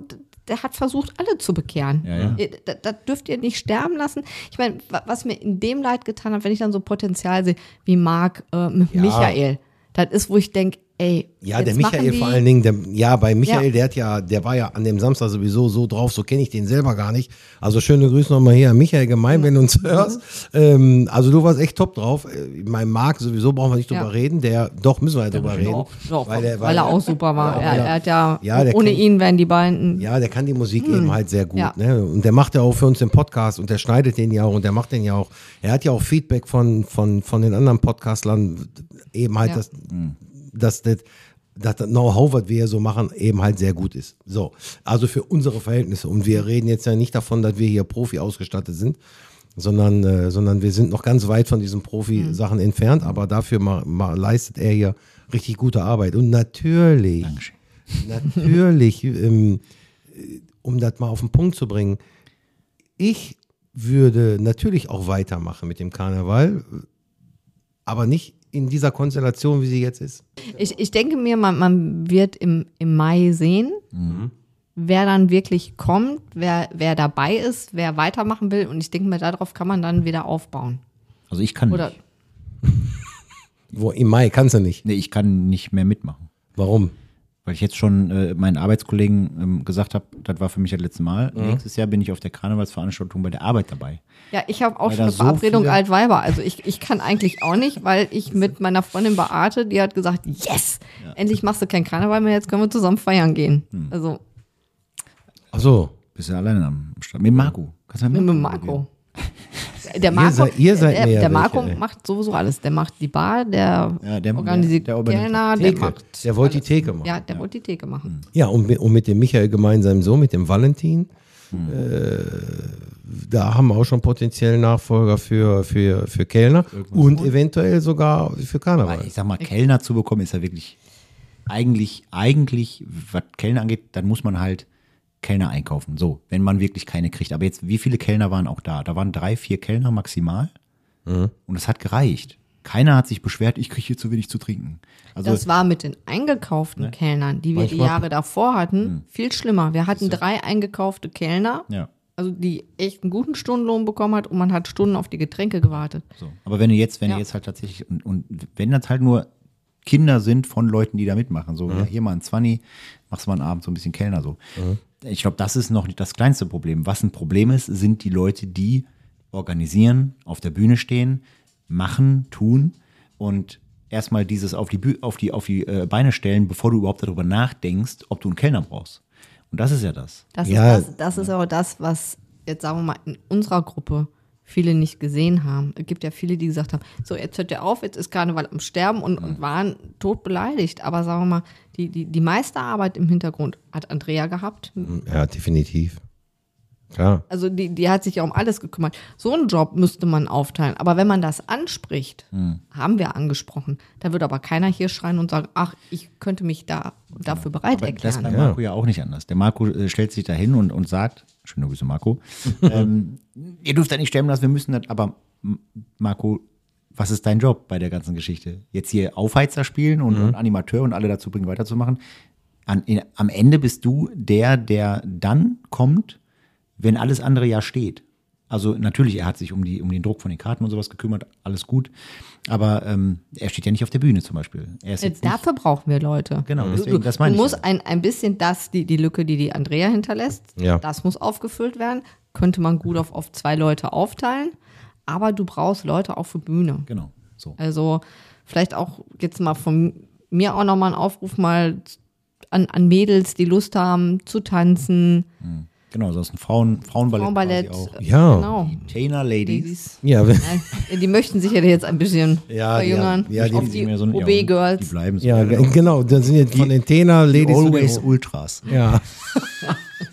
[SPEAKER 3] der hat versucht, alle zu bekehren.
[SPEAKER 6] Ja, ja.
[SPEAKER 3] Ihr- Da, da dürft ihr nicht sterben lassen. Ich meine, wa- was mir in dem Leid getan hat, wenn ich dann so Potenzial sehe, wie Marc äh, mit Michael, das ist, wo ich denke, Ey,
[SPEAKER 5] Ja,
[SPEAKER 3] jetzt
[SPEAKER 5] der
[SPEAKER 3] machen
[SPEAKER 5] Michael
[SPEAKER 3] die,
[SPEAKER 5] vor allen Dingen, der, ja, bei Michael,
[SPEAKER 3] Ja.
[SPEAKER 5] der hat ja, der war ja an dem Samstag sowieso so drauf, so kenne ich den selber gar nicht. Also schöne Grüße nochmal hier an Michael Gemein, wenn du uns
[SPEAKER 3] Mhm.
[SPEAKER 5] hörst. Ähm, also du warst echt top drauf. Äh, Mein Marc, sowieso brauchen wir nicht drüber
[SPEAKER 3] Ja.
[SPEAKER 5] reden, der, doch, müssen wir ja drüber reden.
[SPEAKER 3] Doch, doch, weil,
[SPEAKER 5] der-
[SPEAKER 3] er auch super war.
[SPEAKER 5] weil
[SPEAKER 3] Er, er hat ja,
[SPEAKER 5] Ja, der
[SPEAKER 3] ohne
[SPEAKER 5] kennt-
[SPEAKER 3] ihn wären die beiden.
[SPEAKER 5] Ja, der kann die Musik eben halt sehr gut.
[SPEAKER 3] Hm. Ja.
[SPEAKER 5] Ne? Und der macht ja auch für uns den Podcast und der schneidet den ja auch und der macht den ja auch. Er hat ja auch Feedback von, von, von den anderen Podcastlern, eben halt,
[SPEAKER 3] Ja.
[SPEAKER 5] dass, dass das, dass das Know-how, was wir hier so machen, eben halt sehr gut ist. So, also für unsere Verhältnisse. Und wir reden jetzt ja nicht davon, dass wir hier Profi ausgestattet sind, sondern, äh, sondern wir sind noch ganz weit von
[SPEAKER 3] Hm.
[SPEAKER 5] diesen Profi-Sachen entfernt, aber dafür ma, ma, leistet er hier richtig gute Arbeit. Und natürlich, natürlich, ähm, äh, um das mal auf den Punkt zu bringen, ich würde natürlich auch weitermachen mit dem Karneval, aber nicht in dieser Konstellation, wie sie jetzt ist.
[SPEAKER 3] Ich, ich denke mir, man, man wird im, im Mai sehen, wer dann wirklich kommt, wer, wer dabei ist, wer weitermachen will. Und ich denke mir, darauf kann man dann wieder aufbauen.
[SPEAKER 6] Also ich kann
[SPEAKER 3] Oder
[SPEAKER 6] nicht.
[SPEAKER 5] Wo, Im Mai kannst du nicht.
[SPEAKER 6] Nee, ich kann nicht mehr mitmachen.
[SPEAKER 5] Warum?
[SPEAKER 6] Weil ich jetzt schon äh, meinen Arbeitskollegen ähm, gesagt habe, das war für mich das letzte Mal.
[SPEAKER 3] Mhm.
[SPEAKER 6] Nächstes Jahr bin ich auf der Karnevalsveranstaltung bei der Arbeit dabei.
[SPEAKER 3] ja, ich habe auch
[SPEAKER 6] Weil
[SPEAKER 3] schon eine
[SPEAKER 6] da so
[SPEAKER 3] Verabredung
[SPEAKER 6] viele-
[SPEAKER 3] Altweiber. Also ich, ich kann eigentlich auch nicht, weil ich mit meiner Freundin Beate, die hat gesagt, yes, endlich machst du keinen Karneval mehr, jetzt können wir zusammen feiern gehen. Also
[SPEAKER 5] Ach so.
[SPEAKER 6] Bist ja alleine am Start. Mit Marco. Kannst du
[SPEAKER 3] mit, mit
[SPEAKER 6] gehen?
[SPEAKER 3] Marco. Der Marco,
[SPEAKER 5] seid- ihr seid
[SPEAKER 3] der,
[SPEAKER 5] mir ja
[SPEAKER 3] der Marco
[SPEAKER 5] welche, ey.
[SPEAKER 3] macht sowieso alles. Der macht die Bar, der,
[SPEAKER 6] Ja, der-
[SPEAKER 3] organisiert
[SPEAKER 6] der- der
[SPEAKER 3] der,
[SPEAKER 6] organisiert
[SPEAKER 3] Kellner, der
[SPEAKER 5] Theke. Hm.
[SPEAKER 3] macht
[SPEAKER 5] Der wollte die Theke machen.
[SPEAKER 3] Ja, der wollte die Theke machen.
[SPEAKER 5] Ja, und, mi- und mit dem Michael gemeinsamen Sohn, mit dem Valentin, äh, da haben wir auch schon potenziellen Nachfolger für, für, für Kellner und eventuell sogar für
[SPEAKER 6] Weil
[SPEAKER 5] Karneval.
[SPEAKER 6] Ich sag mal, Kellner zu bekommen ist ja wirklich eigentlich, eigentlich, was Kellner angeht, dann muss man halt Kellner einkaufen. So, wenn man wirklich keine kriegt. Aber jetzt, wie viele Kellner waren auch da? Da waren drei, vier Kellner maximal. Und es hat gereicht. Keiner hat sich beschwert, ich kriege hier zu wenig zu trinken. Also,
[SPEAKER 3] Das war mit den eingekauften Kellnern, die wir die
[SPEAKER 5] Manchmal-
[SPEAKER 3] Jahre davor hatten, viel schlimmer. Wir hatten drei eingekaufte Kellner,
[SPEAKER 6] ja.
[SPEAKER 3] also die echt einen guten Stundenlohn bekommen hat und man hat Stunden auf die Getränke gewartet.
[SPEAKER 6] So. Aber wenn du jetzt, wenn
[SPEAKER 3] Ja.
[SPEAKER 6] du jetzt halt tatsächlich, und, und wenn das halt nur Kinder sind von Leuten, die da mitmachen, so, ja, hier mal ein 20, machst mal einen Abend so ein bisschen Kellner so. Ich glaube, das ist noch nicht das kleinste Problem. Was ein Problem ist, sind die Leute, die organisieren, auf der Bühne stehen, machen, tun und erstmal dieses auf die, Bü auf die, auf die äh, Beine stellen, bevor du überhaupt darüber nachdenkst, ob du einen Kellner brauchst. Und das ist ja das.
[SPEAKER 3] Das,
[SPEAKER 5] Ja.
[SPEAKER 3] ist, das, das ist aber das, was jetzt sagen wir mal in unserer Gruppe viele nicht gesehen haben. Es gibt ja viele, die gesagt haben, so jetzt hört ihr auf, jetzt ist Karneval am Sterben und, und waren tot beleidigt. Aber sagen wir mal, die, die, die Meisterarbeit im Hintergrund hat Andrea gehabt,
[SPEAKER 5] Ja, definitiv. Klar.
[SPEAKER 3] Also die, die hat sich ja um alles gekümmert. So einen Job müsste man aufteilen. Aber wenn man das anspricht, haben wir angesprochen, da wird aber keiner hier schreien und sagen, ach, ich könnte mich da dafür bereit
[SPEAKER 6] Aber Das ist bei
[SPEAKER 3] erklären. Äh,
[SPEAKER 6] Marco ja auch nicht anders. Der Marco äh, stellt sich da hin und, und sagt, schöne Grüße Marco, ähm, ihr dürft da nicht sterben lassen, wir müssen das, aber M- Marco, was ist dein Job bei der ganzen Geschichte? Jetzt hier Aufheizer spielen und, und Animateur und alle dazu bringen, weiterzumachen. An, in, am Ende bist du der, der dann kommt, wenn alles andere ja steht. Also natürlich, er hat sich um, die, um den Druck von den Karten und sowas gekümmert, alles gut. Aber ähm, er steht ja nicht auf der Bühne zum Beispiel. Er ist
[SPEAKER 3] Äh,
[SPEAKER 6] jetzt nicht,
[SPEAKER 3] Dafür brauchen wir Leute.
[SPEAKER 6] Genau,
[SPEAKER 3] Du-
[SPEAKER 6] deswegen,
[SPEAKER 3] du,
[SPEAKER 6] das meine
[SPEAKER 3] du
[SPEAKER 6] ich
[SPEAKER 3] musst
[SPEAKER 6] ja.
[SPEAKER 3] ein, ein bisschen das, die, die Lücke, die die Andrea hinterlässt,
[SPEAKER 5] Ja.
[SPEAKER 3] das muss aufgefüllt werden. Könnte man gut auf, auf zwei Leute aufteilen. Aber du brauchst Leute auch für Bühne.
[SPEAKER 6] genau, so.
[SPEAKER 3] Also vielleicht auch jetzt mal von mir auch nochmal einen Aufruf mal an, an Mädels, die Lust haben zu tanzen,
[SPEAKER 6] Genau, sonst ein Frauen, Frauenballett.
[SPEAKER 3] Frauenballett.
[SPEAKER 6] quasi auch.
[SPEAKER 5] Ja.
[SPEAKER 3] Genau.
[SPEAKER 6] Tainer Ladies.
[SPEAKER 3] Ladies.
[SPEAKER 5] Ja, wenn-
[SPEAKER 3] Ja, Die möchten sich ja jetzt ein bisschen
[SPEAKER 5] Ja, die
[SPEAKER 3] verjüngern.
[SPEAKER 5] haben- ja, die-
[SPEAKER 3] auf
[SPEAKER 5] die
[SPEAKER 3] die,
[SPEAKER 6] sind ja so ein- Die
[SPEAKER 3] OB-Girls.
[SPEAKER 6] bleiben so.
[SPEAKER 5] ja, ge- genau. Dann sind jetzt von den Tenor Ladies. zu den
[SPEAKER 6] Always
[SPEAKER 5] O-
[SPEAKER 6] Ultras.
[SPEAKER 5] Ja.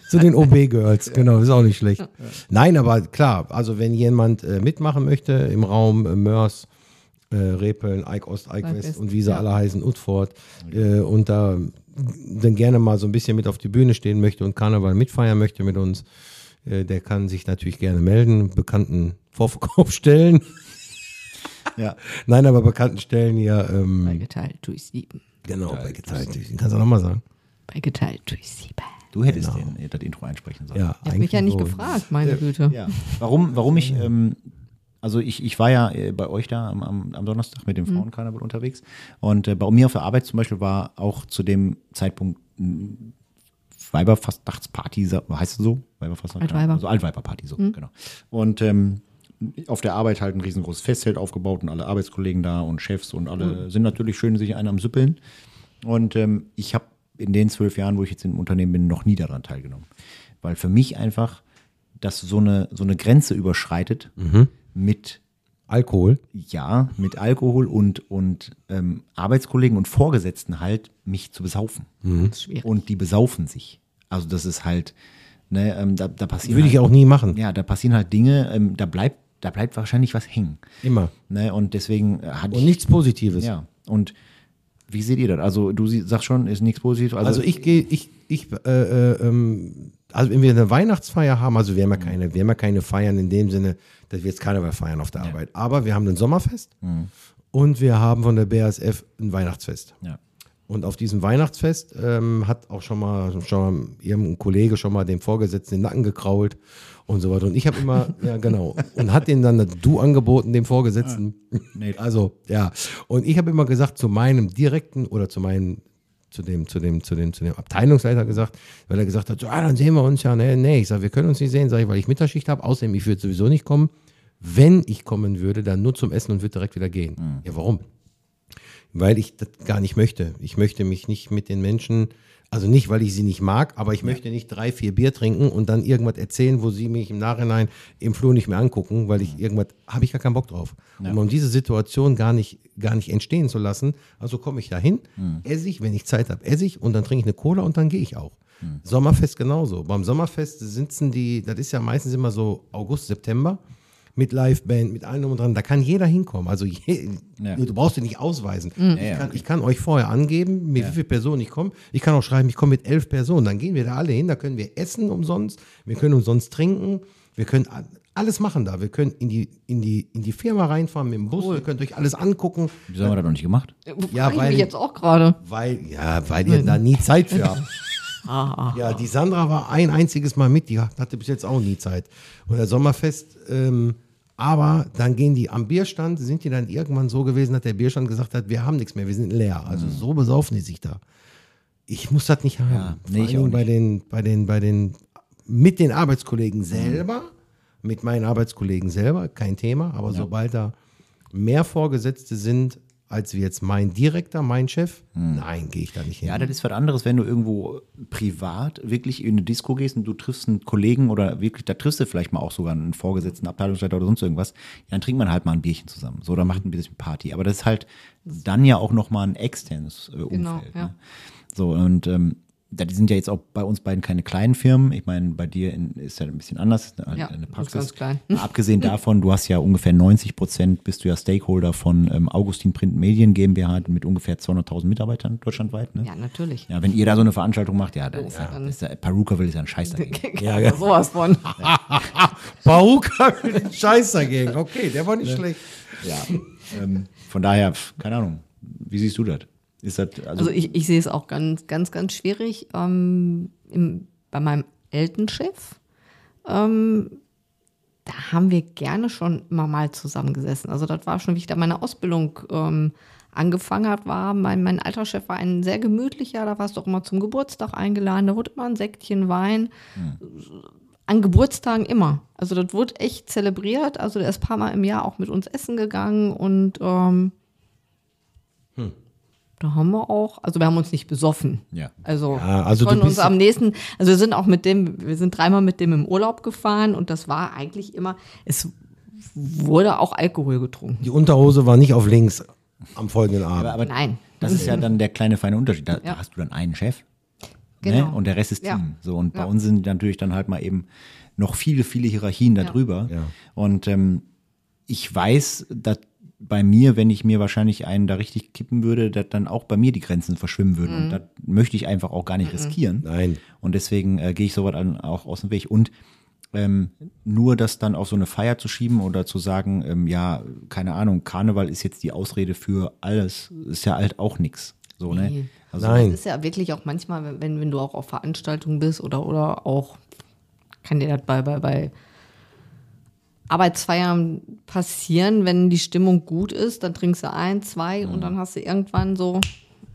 [SPEAKER 5] Zu den OB-Girls, genau, ist auch nicht schlecht. Nein, aber klar, also wenn jemand äh, mitmachen möchte im Raum äh, Mörs, äh, Repeln, Eik Ost, Eik
[SPEAKER 3] Eik
[SPEAKER 5] West
[SPEAKER 3] West,
[SPEAKER 5] und wie sie
[SPEAKER 3] ja.
[SPEAKER 5] alle heißen, Utford, äh, und da dann gerne mal so ein bisschen mit auf die Bühne stehen möchte und Karneval mitfeiern möchte mit uns, äh, der kann sich natürlich gerne melden, bekannten Vorverkauf stellen.
[SPEAKER 6] Ja.
[SPEAKER 5] Nein, aber bekannten Stellen hier, ähm,
[SPEAKER 3] Beigeteilt durch sieben.
[SPEAKER 5] genau, bei geteilt. Kannst du nochmal sagen?
[SPEAKER 3] Beigeteilt durch sieben.
[SPEAKER 6] Du hättest den, das Intro einsprechen sollen.
[SPEAKER 3] Ich habe mich ja nicht
[SPEAKER 5] so.
[SPEAKER 3] gefragt, meine Güte.
[SPEAKER 6] Ja. Warum, warum ich ähm, Also ich, ich war ja äh, bei euch da am, am, am Donnerstag mit dem
[SPEAKER 3] Mhm.
[SPEAKER 6] Frauenkarneval unterwegs. Und äh, bei mir auf der Arbeit zum Beispiel war auch zu dem Zeitpunkt m, Weiberfastnachtsparty, sa- heißt es so? Weiberfastnacht,
[SPEAKER 3] Altweiber.
[SPEAKER 6] Also Altweiberparty, so, genau. Und ähm, auf der Arbeit halt ein riesengroßes Festzelt aufgebaut und alle Arbeitskollegen da und Chefs und alle sind natürlich schön sich einen am Süppeln. Und ähm, ich habe in den zwölf Jahren, wo ich jetzt im Unternehmen bin, noch nie daran teilgenommen. Weil für mich einfach das so eine, so eine Grenze überschreitet mit,
[SPEAKER 5] Alkohol.
[SPEAKER 6] ja, mit Alkohol und, und ähm, Arbeitskollegen und Vorgesetzten halt, mich zu besaufen.
[SPEAKER 5] Mhm.
[SPEAKER 3] Das ist schwierig.
[SPEAKER 6] Und die besaufen sich. Also das ist halt, ne, ähm, da, da passieren
[SPEAKER 5] Würde
[SPEAKER 6] halt,
[SPEAKER 5] ich auch nie machen.
[SPEAKER 6] ja, da passieren halt Dinge, ähm, da bleibt, da bleibt wahrscheinlich was hängen.
[SPEAKER 5] Immer.
[SPEAKER 6] Ne, und deswegen äh, hatte
[SPEAKER 5] Und
[SPEAKER 6] ich,
[SPEAKER 5] nichts Positives.
[SPEAKER 6] ja, und wie seht ihr das? Also du sie- sagst schon, ist nichts positiv. Also,
[SPEAKER 5] Also ich gehe, ich, ich, äh, äh, ähm, also wenn wir eine Weihnachtsfeier haben, also wir haben ja keine, wir haben ja keine Feiern in dem Sinne, dass wir jetzt Karneval feiern auf der Arbeit. Aber wir haben ein Sommerfest und wir haben von der BASF ein Weihnachtsfest.
[SPEAKER 6] ja.
[SPEAKER 5] Und auf diesem Weihnachtsfest ähm, hat auch schon mal, schon mal irgendein Kollege schon mal dem Vorgesetzten den Nacken gekrault und so weiter. Und ich habe immer, ja genau, und hat den dann das Du angeboten, dem Vorgesetzten. Also, ja. Und ich habe immer gesagt, zu meinem direkten oder zu meinem, zu dem, zu dem, zu dem, zu dem Abteilungsleiter gesagt, weil er gesagt hat, so, ah, dann sehen wir uns ja. Nee, nee. ich sage, wir können uns nicht sehen, sage ich, weil ich Mittagsschicht habe. Außerdem, ich würde sowieso nicht kommen. Wenn ich kommen würde, dann nur zum Essen und würde direkt wieder gehen. Ja, warum? weil ich das gar nicht möchte. Ich möchte mich nicht mit den Menschen, also nicht, weil ich sie nicht mag, aber ich möchte nicht drei, vier Bier trinken und dann irgendwas erzählen, wo sie mich im Nachhinein im Flur nicht mehr angucken, weil ich irgendwas, habe ich gar keinen Bock drauf. Und um diese Situation gar nicht, gar nicht entstehen zu lassen, also komme ich dahin, esse ich, wenn ich Zeit habe, esse ich und dann trinke ich eine Cola und dann gehe ich auch. Sommerfest genauso. Beim Sommerfest sitzen die, das ist ja meistens immer so August, September, mit Liveband, mit allem drum und dran. Da kann jeder hinkommen. Also je,
[SPEAKER 6] Ja.
[SPEAKER 5] du brauchst dich nicht ausweisen.
[SPEAKER 6] Mhm. ja.
[SPEAKER 5] Ich, kann, ich kann euch vorher angeben, mit wie viele Personen ich komme. Ich kann auch schreiben, ich komme mit elf Personen. Dann gehen wir da alle hin, da können wir essen umsonst, wir können umsonst trinken, wir können a- alles machen da. Wir können in die, in die, in die Firma reinfahren mit dem Bus, ihr könnt euch alles angucken.
[SPEAKER 6] Wieso haben wir das noch nicht gemacht?
[SPEAKER 5] ja,
[SPEAKER 3] ja, Äh, ich
[SPEAKER 5] weil-
[SPEAKER 3] mich jetzt auch gerade.
[SPEAKER 5] Weil, ja, weil ihr da nie Zeit für habt.
[SPEAKER 6] Ah,
[SPEAKER 5] Ja, die Sandra war ein einziges Mal mit, die hatte bis jetzt auch nie Zeit. Und das Sommerfest, ähm, aber dann gehen die am Bierstand, sind die dann irgendwann so gewesen, dass der Bierstand gesagt hat, wir haben nichts mehr, wir sind leer.
[SPEAKER 6] Mhm.
[SPEAKER 5] Also so besaufen die sich da. Ich muss das nicht haben. Vor
[SPEAKER 6] nee, ich
[SPEAKER 5] allen
[SPEAKER 6] auch
[SPEAKER 5] Dingen bei den, bei den, bei den, mit den Arbeitskollegen selber, mit meinen Arbeitskollegen selber, kein Thema, aber sobald da mehr Vorgesetzte sind, als wie jetzt mein Direktor, mein Chef, nein, gehe ich da nicht hin.
[SPEAKER 6] Hm.
[SPEAKER 3] Mhm.
[SPEAKER 6] Ja, das ist was anderes, wenn du irgendwo privat wirklich in eine Disco gehst und du triffst einen Kollegen oder wirklich, da triffst du vielleicht mal auch sogar einen Vorgesetzten, Abteilungsleiter oder sonst irgendwas, ja, dann trinkt man halt mal ein Bierchen zusammen. So, da
[SPEAKER 3] Mhm.
[SPEAKER 6] macht ein bisschen Party. Aber das ist halt dann ja auch nochmal ein externes äh, Umfeld.
[SPEAKER 3] Genau, ja.
[SPEAKER 6] ne? So, und ähm, da sind ja jetzt auch bei uns beiden keine kleinen Firmen. Ich meine, bei dir in, ist ja ein bisschen anders, ist eine,
[SPEAKER 3] Ja,
[SPEAKER 6] eine
[SPEAKER 3] ist
[SPEAKER 6] Praxis.
[SPEAKER 3] ganz klein.
[SPEAKER 6] Mal Abgesehen davon, du hast ja ungefähr 90 Prozent, bist du ja Stakeholder von ähm, Augustin Print Medien GmbH mit ungefähr 200.000 Mitarbeitern deutschlandweit. Ne?
[SPEAKER 3] Ja, natürlich.
[SPEAKER 6] Ja, wenn ihr da so eine Veranstaltung macht, ja, dann ist ja,
[SPEAKER 3] Ja.
[SPEAKER 6] ist ja Peruka will ist ja ein Scheiß dagegen.
[SPEAKER 3] Ja, ja. Sowas von.
[SPEAKER 5] Baruka will den Scheiß dagegen. Okay, der war nicht schlecht.
[SPEAKER 6] ja. ähm, von daher, pf, keine Ahnung. Wie siehst du das? Ist das also,
[SPEAKER 3] Also ich, ich sehe es auch ganz, ganz, ganz schwierig. Ähm, im, bei meinem Elternchef, ähm, da haben wir gerne schon immer mal zusammengesessen. Also das war schon, wie ich da meine Ausbildung ähm, angefangen habe, war mein, mein alter Chef war ein sehr gemütlicher, da warst du auch immer zum Geburtstag eingeladen, da wurde immer ein Säckchen Wein. An Geburtstagen immer. Also das wurde echt zelebriert. Also der ist ein paar Mal im Jahr auch mit uns essen gegangen und ähm, da haben wir auch, also wir haben uns nicht besoffen.
[SPEAKER 6] Ja.
[SPEAKER 3] Also,
[SPEAKER 5] Hm. Ja, also
[SPEAKER 3] wir konnten
[SPEAKER 5] du
[SPEAKER 3] uns
[SPEAKER 5] bist-
[SPEAKER 3] am nächsten, also wir sind auch mit dem, wir sind dreimal mit dem im Urlaub gefahren und das war eigentlich immer, es wurde auch Alkohol getrunken.
[SPEAKER 5] Die Unterhose war nicht auf links am folgenden Abend.
[SPEAKER 6] aber, aber
[SPEAKER 3] Nein.
[SPEAKER 6] das ist ja dann der kleine feine Unterschied. Da, da
[SPEAKER 3] Ja.
[SPEAKER 6] hast du dann einen Chef
[SPEAKER 3] Genau.
[SPEAKER 6] ne? und der Rest ist
[SPEAKER 3] Ja.
[SPEAKER 6] Team. So, und bei
[SPEAKER 3] Ja.
[SPEAKER 6] uns sind natürlich dann halt mal eben noch viele, viele Hierarchien darüber.
[SPEAKER 5] Ja.
[SPEAKER 6] Und ähm, ich weiß, dass bei mir, wenn ich mir wahrscheinlich einen da richtig kippen würde, dass dann auch bei mir die Grenzen verschwimmen würden.
[SPEAKER 3] Mhm.
[SPEAKER 6] Und das möchte ich einfach auch gar nicht riskieren.
[SPEAKER 5] Nein.
[SPEAKER 6] Und deswegen äh, gehe ich sowas an, auch aus dem Weg. Und ähm, nur das dann auf so eine Feier zu schieben oder zu sagen, ähm, ja, keine Ahnung, Karneval ist jetzt die Ausrede für alles, ist ja halt auch nix. So, ne?
[SPEAKER 3] Nee.
[SPEAKER 6] Also,
[SPEAKER 5] Nein.
[SPEAKER 3] Das ist ja wirklich auch manchmal, wenn, wenn du auch auf Veranstaltungen bist oder, oder auch, kann dir das bei, bei, bei Arbeitsfeiern passieren, wenn die Stimmung gut ist, dann trinkst du ein, zwei und dann hast du irgendwann so,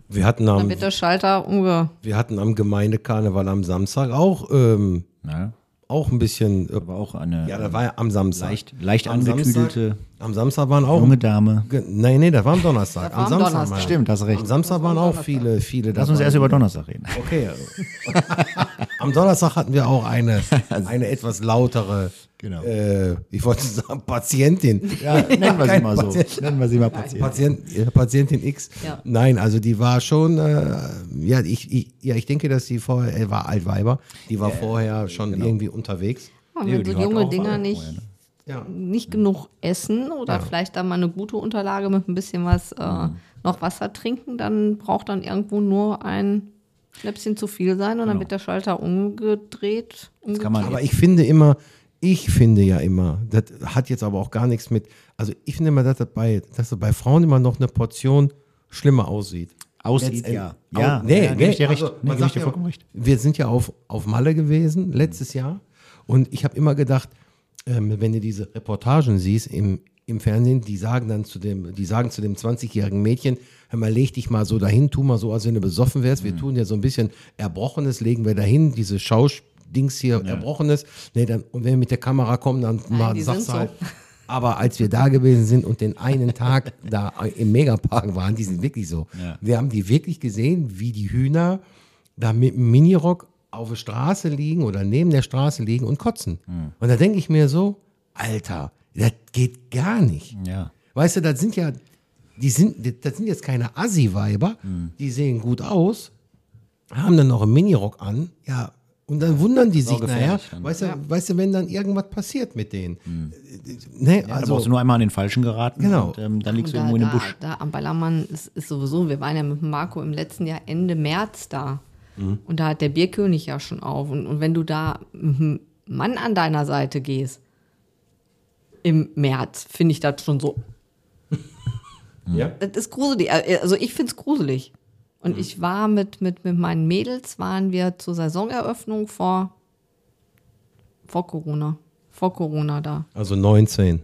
[SPEAKER 5] Wir hatten
[SPEAKER 3] dann
[SPEAKER 5] am,
[SPEAKER 3] wird der Schalter umge...
[SPEAKER 5] wir hatten am Gemeindekarneval am Samstag auch, ähm,
[SPEAKER 6] Ja,
[SPEAKER 5] auch ein bisschen. Äh,
[SPEAKER 6] aber ne? auch eine
[SPEAKER 5] ja, da war ja am Samstag.
[SPEAKER 6] leicht, leicht
[SPEAKER 5] Am
[SPEAKER 6] angekühlte
[SPEAKER 5] Samstag, am Samstag waren auch.
[SPEAKER 6] junge Dame.
[SPEAKER 5] Ge- Nee, nee, das war am Donnerstag.
[SPEAKER 3] Das war
[SPEAKER 5] am
[SPEAKER 3] am
[SPEAKER 5] Samstag
[SPEAKER 3] Donnerstag.
[SPEAKER 5] waren-
[SPEAKER 6] Stimmt, hast recht.
[SPEAKER 5] Am Samstag waren auch viele, viele.
[SPEAKER 6] Lass uns
[SPEAKER 5] dabei.
[SPEAKER 6] erst über Donnerstag reden.
[SPEAKER 5] Okay. also. Am Donnerstag hatten wir auch eine, eine etwas lautere,
[SPEAKER 6] Genau.
[SPEAKER 5] äh, ich wollte sagen, Patientin. Ja,
[SPEAKER 6] Nennen wir sie
[SPEAKER 5] kein
[SPEAKER 6] mal so.
[SPEAKER 5] Patient.
[SPEAKER 6] Nennen wir sie mal Patient.
[SPEAKER 5] Patient, äh, Patientin X.
[SPEAKER 3] Ja.
[SPEAKER 5] Nein, also die war schon, äh, ja, ich, ich, ja, ich denke, dass die vorher, äh, war Altweiber, die war vorher schon
[SPEAKER 6] Genau.
[SPEAKER 5] irgendwie unterwegs.
[SPEAKER 3] Ja,
[SPEAKER 6] Ja,
[SPEAKER 3] Wenn
[SPEAKER 6] die
[SPEAKER 3] so
[SPEAKER 6] hat
[SPEAKER 3] junge
[SPEAKER 6] auch
[SPEAKER 3] Dinger
[SPEAKER 6] Ahnung
[SPEAKER 3] nicht,
[SPEAKER 6] vorher, ne?
[SPEAKER 5] Ja.
[SPEAKER 3] nicht genug essen oder vielleicht dann mal eine gute Unterlage mit ein bisschen was, äh,
[SPEAKER 6] Mhm.
[SPEAKER 3] noch Wasser trinken, dann braucht dann irgendwo nur ein Schnäpschen zu viel sein und dann wird der Schalter umgedreht. umge-
[SPEAKER 6] Genau. Kann man
[SPEAKER 5] Aber ich finde immer, ich finde ja immer, das hat jetzt aber auch gar nichts mit, also ich finde immer, dass das bei, dass das bei Frauen immer noch eine Portion schlimmer aussieht.
[SPEAKER 6] Aussieht,
[SPEAKER 5] Letztend-
[SPEAKER 6] ja.
[SPEAKER 5] Au-
[SPEAKER 6] Ja,
[SPEAKER 5] nee,
[SPEAKER 6] ja,
[SPEAKER 5] nee,
[SPEAKER 6] gebe ich dir recht.
[SPEAKER 5] Also,
[SPEAKER 6] Nee,
[SPEAKER 5] man
[SPEAKER 6] gebe ich
[SPEAKER 5] sagt
[SPEAKER 6] dir
[SPEAKER 5] ja,
[SPEAKER 6] vollkommen recht.
[SPEAKER 5] Wir sind ja auf, auf Malle gewesen letztes Jahr und ich habe immer gedacht, ähm, wenn du diese Reportagen siehst im, im Fernsehen, die sagen dann zu dem, die sagen zu dem 20-jährigen Mädchen, hör mal, leg dich mal so dahin, tu mal so, als wenn du besoffen wärst. Wir tun ja so ein bisschen Erbrochenes, legen wir dahin, diese Schausch-Dings hier, Erbrochenes. Nee, dann, und wenn wir mit der Kamera kommen, dann mal
[SPEAKER 3] die
[SPEAKER 5] sagst
[SPEAKER 3] sind
[SPEAKER 5] du
[SPEAKER 3] so.
[SPEAKER 5] halt, aber als wir da gewesen sind und den einen Tag da im Megapark waren, die sind wirklich so. Wir haben die wirklich gesehen, wie die Hühner da mit dem Minirock auf der Straße liegen oder neben der Straße liegen und kotzen.
[SPEAKER 6] Hm.
[SPEAKER 5] Und da denke ich mir so, Alter, das geht gar nicht.
[SPEAKER 6] Ja.
[SPEAKER 5] Weißt du, das sind ja, die sind, das sind jetzt keine Assi-Weiber,
[SPEAKER 6] Hm.
[SPEAKER 5] die sehen gut aus, haben dann noch einen Minirock an, ja, und dann wundern die sich nachher,
[SPEAKER 6] gefährlich Hm. dann.
[SPEAKER 5] weißt du, weißt du, wenn dann irgendwas passiert mit denen. Ne,
[SPEAKER 6] Also, da brauchst du nur einmal an den Falschen geraten.
[SPEAKER 5] Genau.
[SPEAKER 6] Und, ähm, dann liegst du
[SPEAKER 3] Da,
[SPEAKER 6] irgendwo in
[SPEAKER 3] da,
[SPEAKER 6] dem Busch.
[SPEAKER 3] da am Ballermann ist, ist sowieso, wir waren ja mit Marco im letzten Jahr Ende März da.
[SPEAKER 6] Mhm.
[SPEAKER 3] Und da hat der Bierkönig ja schon auf. Und, und wenn du da mit einem Mann an deiner Seite gehst, im März, finde ich das schon so.
[SPEAKER 5] Ja.
[SPEAKER 3] Das ist gruselig. Also ich finde es gruselig. Und
[SPEAKER 6] Mhm.
[SPEAKER 3] ich war mit, mit, mit meinen Mädels, waren wir zur Saisoneröffnung vor, vor Corona. Vor Corona da.
[SPEAKER 5] Also 19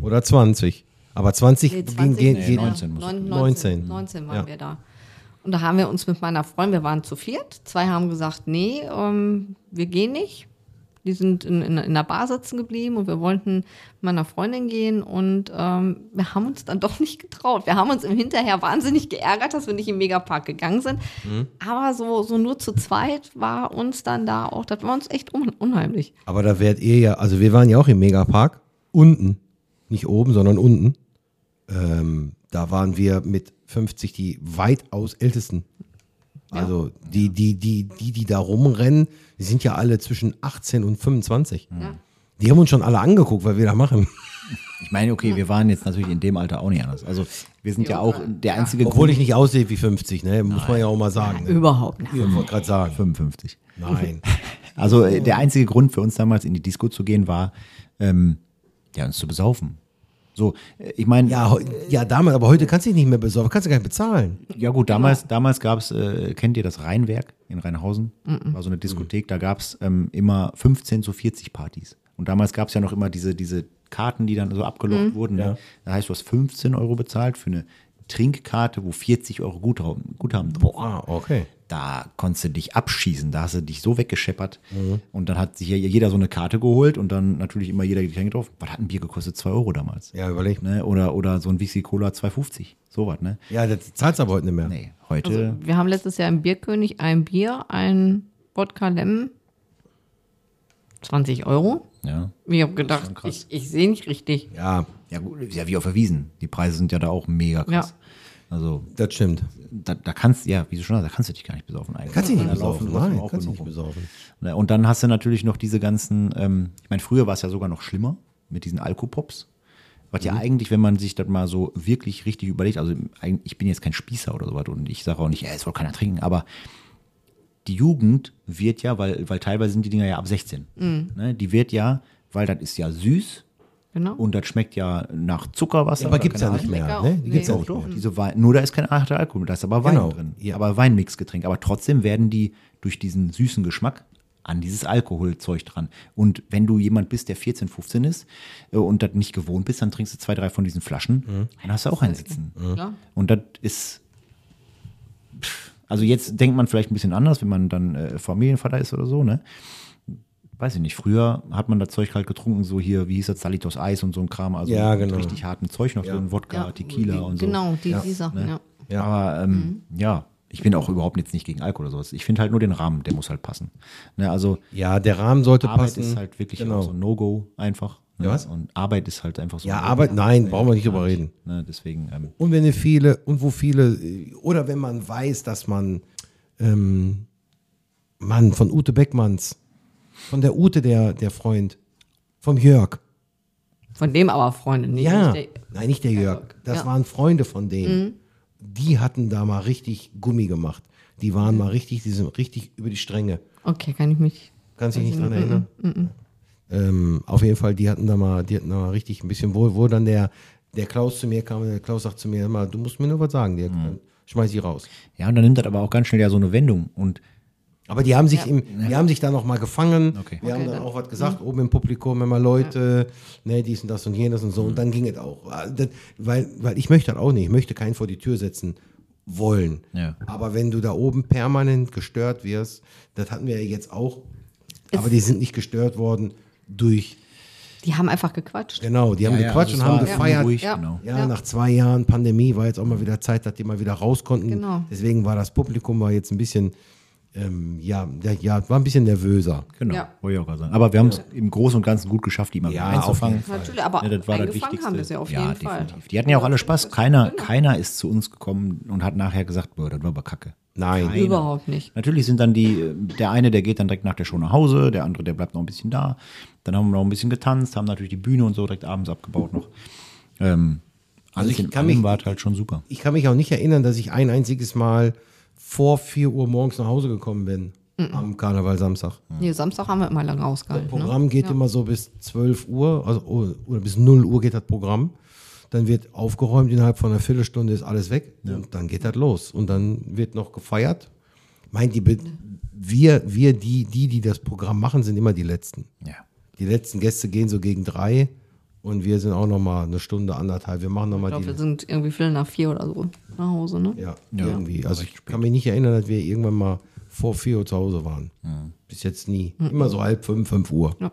[SPEAKER 5] oder 20. Aber 20,
[SPEAKER 3] Nee,
[SPEAKER 5] ging-
[SPEAKER 3] 20
[SPEAKER 5] gehen,
[SPEAKER 3] nicht
[SPEAKER 5] gehen,
[SPEAKER 3] mehr.
[SPEAKER 6] 19 muss-
[SPEAKER 3] Neun- 19,
[SPEAKER 5] 19.
[SPEAKER 3] 19 waren
[SPEAKER 5] Ja.
[SPEAKER 3] wir da. Und da haben wir uns mit meiner Freundin, wir waren zu viert, zwei haben gesagt, nee, ähm, wir gehen nicht. Die sind in, in, in der Bar sitzen geblieben und wir wollten mit meiner Freundin gehen und ähm, wir haben uns dann doch nicht getraut. Wir haben uns im Hinterher wahnsinnig geärgert, dass wir nicht im Megapark gegangen sind. Aber so, so nur zu zweit war uns dann da auch, das war uns echt un unheimlich.
[SPEAKER 5] Aber da wärt ihr ja, also wir waren ja auch im Megapark, unten, nicht oben, sondern unten. Ähm, da waren wir mit 50 die weitaus ältesten. Also die, die, die, die, die da rumrennen, die sind ja alle zwischen 18 und 25.
[SPEAKER 3] Ja.
[SPEAKER 5] Die haben uns schon alle angeguckt, weil wir da machen.
[SPEAKER 6] Ich meine, okay, wir waren jetzt natürlich in dem Alter auch nicht anders. Also wir sind ja, auch der einzige
[SPEAKER 5] Obwohl ich nicht aussehe wie 50, ne? Muss man ja auch mal sagen. Ne?
[SPEAKER 3] Überhaupt nicht.
[SPEAKER 5] Ich wollte gerade sagen.
[SPEAKER 6] 55.
[SPEAKER 5] Nein.
[SPEAKER 6] Also äh, der einzige Grund für uns damals in die Disco zu gehen war, ähm, ja, uns zu besaufen. So, äh, ich meine, ja.
[SPEAKER 5] Ja, heu- ja, damals, aber heute kannst du dich nicht mehr besorgen, kannst du gar nicht bezahlen.
[SPEAKER 6] gut,
[SPEAKER 5] genau.
[SPEAKER 6] damals, damals gab es, äh, kennt ihr das Rheinwerk in Rheinhausen? War so eine Diskothek, da gab es ähm, immer 15 zu 40 Partys. Und damals gab es ja noch immer diese, diese Karten, die dann so abgelockt
[SPEAKER 5] Mm.
[SPEAKER 6] wurden. Ne? Da heißt, du hast 15 Euro bezahlt für eine Trinkkarte, wo 40 Euro Guthaben, Guthaben drauf war.
[SPEAKER 5] Ah, okay.
[SPEAKER 6] da konntest du dich abschießen, da hast du dich so weggescheppert.
[SPEAKER 5] Mhm.
[SPEAKER 6] Und dann hat sich ja jeder so eine Karte geholt und dann natürlich immer jeder Getränk drauf. Was hat ein Bier gekostet? 2 Euro damals.
[SPEAKER 5] Ja, überleg mal.
[SPEAKER 6] Ne? Oder, oder so ein Whisky Cola 2,50. Sowas, ne?
[SPEAKER 5] Ja, das zahlst du aber heute nicht mehr.
[SPEAKER 6] Nee, heute.
[SPEAKER 3] Also, wir haben letztes Jahr im Bierkönig ein Bier, ein Wodka Lemon, 20 Euro.
[SPEAKER 6] ja.
[SPEAKER 3] Ich habe gedacht, ich, ich sehe nicht richtig.
[SPEAKER 5] Ja,
[SPEAKER 6] ja, gut, ist ja wie auf der Wiesen. Die Preise sind ja da auch mega krass. Also,
[SPEAKER 5] das stimmt.
[SPEAKER 6] da, da kannst ja, wie du schon sagst, da kannst du dich gar nicht besaufen eigentlich.
[SPEAKER 5] Kannst dich nicht
[SPEAKER 6] Da laufen
[SPEAKER 5] besaufen.
[SPEAKER 6] Leute
[SPEAKER 5] Nein,
[SPEAKER 6] auch
[SPEAKER 5] kannst dich
[SPEAKER 6] genug
[SPEAKER 5] nicht
[SPEAKER 6] rum.
[SPEAKER 5] besaufen.
[SPEAKER 6] Ne, Und dann hast du natürlich noch diese ganzen, ähm, ich meine, früher war es ja sogar noch schlimmer mit diesen Alkopops. Was ja eigentlich, wenn man sich das mal so wirklich richtig überlegt, also eigentlich- ich bin jetzt kein Spießer oder sowas und ich sage auch nicht, ja, es soll keiner trinken, aber die Jugend wird ja, weil, weil teilweise sind die Dinger ja ab 16, ne, die wird ja, weil das ist ja süß
[SPEAKER 3] Genau.
[SPEAKER 6] und das schmeckt ja nach Zuckerwasser.
[SPEAKER 5] Aber
[SPEAKER 6] oder
[SPEAKER 5] gibt's ja
[SPEAKER 6] keine
[SPEAKER 5] nicht mehr.
[SPEAKER 3] Lecker.
[SPEAKER 5] Ne? Die gibt's ja
[SPEAKER 3] Nee.
[SPEAKER 5] nicht
[SPEAKER 6] doch,
[SPEAKER 5] mehr.
[SPEAKER 6] diese Wein, nur da ist kein harter Alkohol, da ist aber Wein
[SPEAKER 5] Genau.
[SPEAKER 6] drin.
[SPEAKER 5] Ja.
[SPEAKER 6] Aber Weinmix getränkt. Aber trotzdem werden die durch diesen süßen Geschmack an dieses Alkoholzeug dran. Und wenn du jemand bist, der 14, 15 ist äh, und das nicht gewohnt bist, dann trinkst du zwei, drei von diesen Flaschen,
[SPEAKER 5] Mhm.
[SPEAKER 6] dann hast du auch einen sitzen.
[SPEAKER 3] Klar.
[SPEAKER 6] Und das ist. Also jetzt denkt man vielleicht ein bisschen anders, wenn man dann äh, Familienvater ist oder so, ne? Weiß ich nicht. Früher hat man das Zeug halt getrunken, so hier, wie hieß das, Salitos Eis und so ein Kram, also
[SPEAKER 5] Ja,
[SPEAKER 6] mit
[SPEAKER 5] genau.
[SPEAKER 6] richtig hartem Zeug noch drin, Wodka,
[SPEAKER 3] Ja,
[SPEAKER 6] Tequila
[SPEAKER 3] die,
[SPEAKER 6] und so. Ne?
[SPEAKER 3] Genau, die, die Sachen, ja. Mhm.
[SPEAKER 6] Aber ähm, ja, ich bin auch überhaupt jetzt nicht gegen Alkohol oder sowas. Ich finde halt nur den Rahmen, der muss halt passen. Ne, also
[SPEAKER 5] Ja, der Rahmen sollte
[SPEAKER 6] Arbeit
[SPEAKER 5] passen.
[SPEAKER 6] ist halt wirklich
[SPEAKER 5] genau.
[SPEAKER 6] auch so ein No-Go einfach. Ne?
[SPEAKER 5] Ja, was?
[SPEAKER 6] Und Arbeit ist halt einfach so.
[SPEAKER 5] Ja,
[SPEAKER 6] ein No-Go.
[SPEAKER 5] Arbeit, nein, brauchen wir nicht drüber reden.
[SPEAKER 6] Ne, deswegen, ähm,
[SPEAKER 5] Und wenn ihr viele, und wo viele, äh, oder wenn man weiß, dass man, ähm, Mann, von Ute Beckmanns, von der Ute, der, der Freund, vom Jörg.
[SPEAKER 3] Von dem aber Freunde nicht.
[SPEAKER 5] Ja,
[SPEAKER 3] nicht der-
[SPEAKER 5] nein, nicht der Jörg. Das
[SPEAKER 3] Ja. Mhm.
[SPEAKER 5] waren Freunde von denen. Die hatten da mal richtig Gummi gemacht. Die waren mal richtig, die sind richtig über die Stränge.
[SPEAKER 3] Okay, kann ich mich.
[SPEAKER 5] Kannst
[SPEAKER 3] Mhm.
[SPEAKER 5] dich nicht dran erinnern? Ähm, auf jeden Fall, die hatten da mal, die hatten da mal richtig ein bisschen wohl, wo dann der, der Klaus zu mir kam und der Klaus sagt zu mir immer, du musst mir nur was sagen, der schmeiß ich raus.
[SPEAKER 6] ja, und dann nimmt das aber auch ganz schnell ja so eine Wendung. Und
[SPEAKER 5] Aber die haben sich im, die haben sich da noch mal gefangen.
[SPEAKER 6] Okay.
[SPEAKER 5] Wir haben
[SPEAKER 3] Okay,
[SPEAKER 5] dann
[SPEAKER 3] dann-
[SPEAKER 5] auch was gesagt, oben im Publikum, immer Leute, ne, dies und das und jenes und so. Und dann ging es auch. Ah, Das, weil, weil ich möchte das auch nicht. Ich möchte keinen vor die Tür setzen wollen.
[SPEAKER 6] Ja.
[SPEAKER 5] Aber wenn du da oben permanent gestört wirst, das hatten wir ja jetzt auch. Aber die sind nicht gestört worden durch,
[SPEAKER 3] Die haben einfach gequatscht.
[SPEAKER 5] genau, die haben
[SPEAKER 6] Ja, ja,
[SPEAKER 5] gequatscht
[SPEAKER 6] also es
[SPEAKER 5] und haben
[SPEAKER 6] war
[SPEAKER 5] gefeiert.
[SPEAKER 6] Ruhig,
[SPEAKER 3] Ja.
[SPEAKER 6] genau.
[SPEAKER 5] Ja, nach zwei Jahren Pandemie war jetzt auch mal wieder Zeit, dass die mal wieder raus konnten.
[SPEAKER 3] Genau.
[SPEAKER 5] Deswegen war das Publikum war jetzt ein bisschen, ähm, ja, ja, ja, war ein bisschen nervöser.
[SPEAKER 6] Genau,
[SPEAKER 3] Ja.
[SPEAKER 6] wollte ich auch gerade sagen. Aber wir haben es im Großen und Ganzen gut geschafft, die mal
[SPEAKER 5] Ja,
[SPEAKER 6] wieder
[SPEAKER 5] auf
[SPEAKER 6] einzufangen.
[SPEAKER 5] jeden Fall.
[SPEAKER 3] Natürlich, aber
[SPEAKER 6] Ja, das war das
[SPEAKER 3] eingefangen
[SPEAKER 6] Wichtigste.
[SPEAKER 3] haben das ja auf jeden
[SPEAKER 6] definitiv.
[SPEAKER 3] Fall. Genau.
[SPEAKER 6] Die hatten ja auch alle Spaß. Keiner, keiner ist zu uns gekommen und hat nachher gesagt, boah, das war aber kacke.
[SPEAKER 5] Nein.
[SPEAKER 3] Überhaupt nicht.
[SPEAKER 6] Natürlich sind dann die, äh, der eine, der geht dann direkt nach der Show nach Hause, der andere, der bleibt noch ein bisschen da. Dann haben wir noch ein bisschen getanzt, haben natürlich die Bühne und so direkt abends abgebaut noch. Ähm, also
[SPEAKER 5] ich
[SPEAKER 6] ich
[SPEAKER 5] kann
[SPEAKER 6] kann allem
[SPEAKER 5] mich-
[SPEAKER 6] war es halt schon super.
[SPEAKER 5] Ich kann mich auch nicht erinnern, dass ich ein einziges Mal vor 4 Uhr morgens nach Hause gekommen bin am Karneval Samstag.
[SPEAKER 3] Nee, Samstag haben wir immer lange ausgehalten. Ne?
[SPEAKER 5] Programm geht immer so bis 12 Uhr, also oh, oder bis 0 Uhr geht das Programm. Dann wird aufgeräumt, innerhalb von einer Viertelstunde ist alles weg und dann geht das los. Und dann wird noch gefeiert. Meint die, Be- wir, wir die, die, die das Programm machen, sind immer die Letzten.
[SPEAKER 6] Ja.
[SPEAKER 5] Die letzten Gäste gehen so gegen drei und wir sind auch noch mal eine Stunde, anderthalb. Wir machen noch mal
[SPEAKER 3] Ich glaube,
[SPEAKER 5] die
[SPEAKER 3] wir sind irgendwie Viertel nach vier oder so nach Hause, ne?
[SPEAKER 5] Ja, irgendwie. Also ich kann mich nicht erinnern, dass wir irgendwann mal vor 4 Uhr zu Hause waren. Bis jetzt nie. Immer so halb fünf, fünf Uhr.
[SPEAKER 3] Mhm. Ja.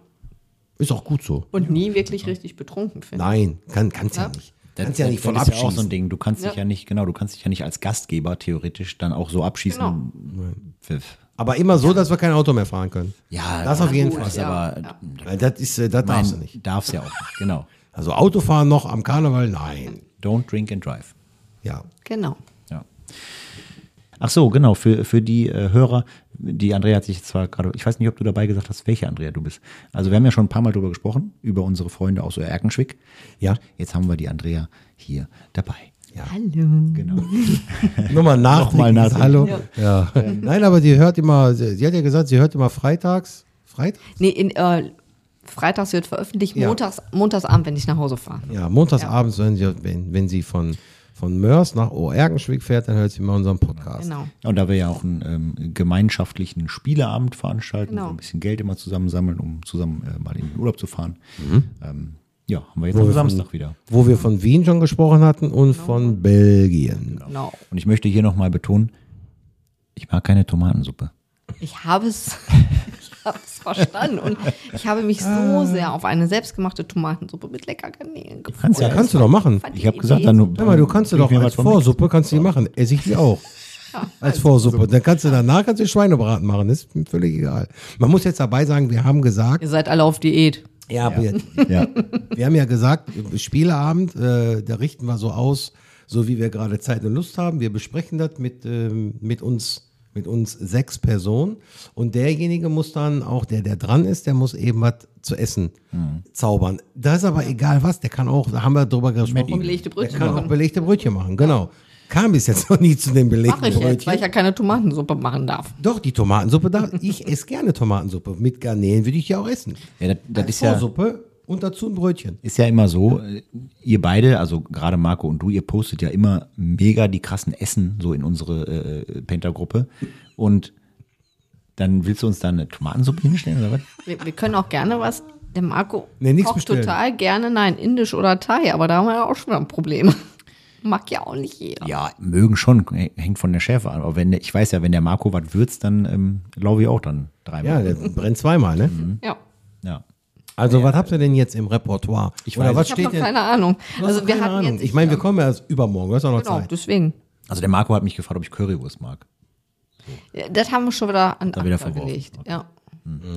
[SPEAKER 5] Ist auch gut so.
[SPEAKER 3] Und nie wirklich richtig betrunken, finde
[SPEAKER 5] Nein, kann kann's ja, nicht. Kannst ja nicht voll
[SPEAKER 6] das ist ja auch so ein
[SPEAKER 5] abschießen.
[SPEAKER 6] Ding. Du kannst dich
[SPEAKER 3] Ja.
[SPEAKER 6] ja nicht, genau, du kannst dich ja nicht als Gastgeber theoretisch dann auch so abschießen.
[SPEAKER 3] Genau.
[SPEAKER 6] Pfiff.
[SPEAKER 5] Aber immer so, dass wir kein Auto mehr fahren können.
[SPEAKER 6] Ja,
[SPEAKER 5] Das auf jeden
[SPEAKER 3] gut,
[SPEAKER 5] Fall.
[SPEAKER 6] Das
[SPEAKER 3] ja.
[SPEAKER 6] aber
[SPEAKER 5] Weil das ist, äh, das darfst du nicht.
[SPEAKER 6] darf's ja auch nicht. Genau.
[SPEAKER 5] Also Autofahren noch am Karneval, nein.
[SPEAKER 6] Don't drink and drive.
[SPEAKER 5] Ja.
[SPEAKER 3] ich. Genau.
[SPEAKER 6] Ja. Ach so, genau, für, für die äh, Hörer, die Andrea hat sich zwar gerade, ich weiß nicht, ob du dabei gesagt hast, welche Andrea du bist. Also wir haben ja schon ein paar Mal drüber gesprochen, über unsere Freunde aus Erkenschwick.
[SPEAKER 5] Ja.
[SPEAKER 6] Jetzt haben wir die Andrea hier dabei.
[SPEAKER 3] Hallo.
[SPEAKER 6] Genau.
[SPEAKER 5] Nochmal nach,
[SPEAKER 6] Nochmal nachdenken.
[SPEAKER 5] Hallo. Ja. Nein, aber die hört immer, sie sie hat ja gesagt, sie hört immer freitags. Freitag?
[SPEAKER 3] Nee, in, äh, freitags wird veröffentlicht,
[SPEAKER 5] Ja.
[SPEAKER 3] montags, montagsabend, wenn ich nach Hause fahre.
[SPEAKER 5] Ja, montagsabends, Wenn, sie, wenn, wenn sie von, von Mörs nach Oerkenschwick fährt, dann hört sie mal unseren Podcast.
[SPEAKER 3] Genau.
[SPEAKER 6] Und da wir ja auch einen ähm, gemeinschaftlichen Spieleabend veranstalten,
[SPEAKER 3] Genau.
[SPEAKER 6] so ein bisschen Geld immer zusammensammeln, um zusammen äh, mal in den Urlaub zu fahren. Ähm, ja, haben wir jetzt
[SPEAKER 5] Mhm. Wo
[SPEAKER 6] am
[SPEAKER 5] wir von-
[SPEAKER 6] Samstag wieder.
[SPEAKER 5] Wo wir von Wien schon gesprochen hatten und von Belgien.
[SPEAKER 3] Genau.
[SPEAKER 6] Und ich möchte hier nochmal betonen, ich mag keine Tomatensuppe.
[SPEAKER 3] Ich habe es, ich habe es verstanden und ich habe mich
[SPEAKER 5] Ah.
[SPEAKER 3] so sehr auf eine selbstgemachte Tomatensuppe mit lecker Garnelen gefreut.
[SPEAKER 6] Kannst Oh ja-
[SPEAKER 5] Kannst du doch machen.
[SPEAKER 3] Fand die
[SPEAKER 6] Ich habe
[SPEAKER 3] Idee
[SPEAKER 6] gesagt, dann
[SPEAKER 5] Hör mal, du kannst du doch
[SPEAKER 6] Ich mir
[SPEAKER 5] als
[SPEAKER 6] was vom Mix.
[SPEAKER 5] Vorsuppe kannst du die machen. Esse ich die auch. Als Vorsuppe. Dann kannst du danach kannst du Schweinebraten machen. Ist mir völlig egal. Man muss jetzt dabei sagen, wir haben gesagt,
[SPEAKER 3] Ihr seid alle auf Diät.
[SPEAKER 5] ja, Wir,
[SPEAKER 6] Ja.
[SPEAKER 5] wir haben ja gesagt, Spieleabend, äh, da richten wir so aus, so wie wir gerade Zeit und Lust haben. Wir besprechen das mit, ähm, mit uns mit uns sechs Personen und derjenige muss dann auch der der dran ist, der muss eben was zu essen zaubern. Das ist aber egal was, der kann auch, da haben wir drüber gesprochen,
[SPEAKER 3] Belegte Brötchen
[SPEAKER 5] der kann auch
[SPEAKER 3] machen.
[SPEAKER 5] belegte Brötchen machen. Genau. Kam bis jetzt noch nie zu den belegten
[SPEAKER 3] Mache ich
[SPEAKER 5] Brötchen.
[SPEAKER 3] jetzt, weil ich ja keine Tomatensuppe machen darf.
[SPEAKER 5] Doch die Tomatensuppe da, ich esse gerne Tomatensuppe mit Garnelen würde ich ja auch essen.
[SPEAKER 6] Ja, das, das ist ja,
[SPEAKER 5] Vorsuppe und dazu ein Brötchen.
[SPEAKER 6] ist ja immer so, äh, ihr beide, also gerade Marco und du, ihr postet ja immer mega die krassen Essen so in unsere äh, Penta-Gruppe. Und äh, Dann willst du uns da eine Tomatensuppe hinstellen oder was?
[SPEAKER 3] Wir, wir können auch gerne was. Der Marco
[SPEAKER 5] Nee, nichts
[SPEAKER 3] kocht
[SPEAKER 5] bestellen.
[SPEAKER 3] total gerne, nein, indisch oder Thai, aber da haben wir ja auch schon ein Problem. Mag ja auch nicht jeder.
[SPEAKER 6] Ja, mögen schon, äh, hängt von der Schärfe an. Aber wenn der, ich weiß ja, wenn der Marco was würzt, dann ähm, laufe ich auch dann
[SPEAKER 5] Ja,
[SPEAKER 6] dreimal.
[SPEAKER 5] der
[SPEAKER 3] Mhm.
[SPEAKER 5] brennt zweimal, ne?
[SPEAKER 3] Ja.
[SPEAKER 6] Ja.
[SPEAKER 5] Also, was habt ihr denn jetzt im Repertoire?
[SPEAKER 6] Ich
[SPEAKER 5] Oder
[SPEAKER 6] weiß
[SPEAKER 5] was
[SPEAKER 3] Ich habe noch
[SPEAKER 5] steht denn?
[SPEAKER 3] keine Ahnung.
[SPEAKER 5] Du hast
[SPEAKER 3] Also
[SPEAKER 5] doch
[SPEAKER 3] wir
[SPEAKER 5] keine
[SPEAKER 3] hatten
[SPEAKER 5] Ahnung.
[SPEAKER 3] jetzt
[SPEAKER 5] ich meine, wir kommen erst übermorgen, du hast auch noch
[SPEAKER 3] genau,
[SPEAKER 5] Zeit.
[SPEAKER 3] deswegen.
[SPEAKER 6] Also der Marco hat mich gefragt, ob ich Currywurst mag.
[SPEAKER 3] Ja, Das haben wir schon wieder an
[SPEAKER 6] Da wieder
[SPEAKER 3] Akta
[SPEAKER 6] verworfen.
[SPEAKER 3] gelegt. Ja.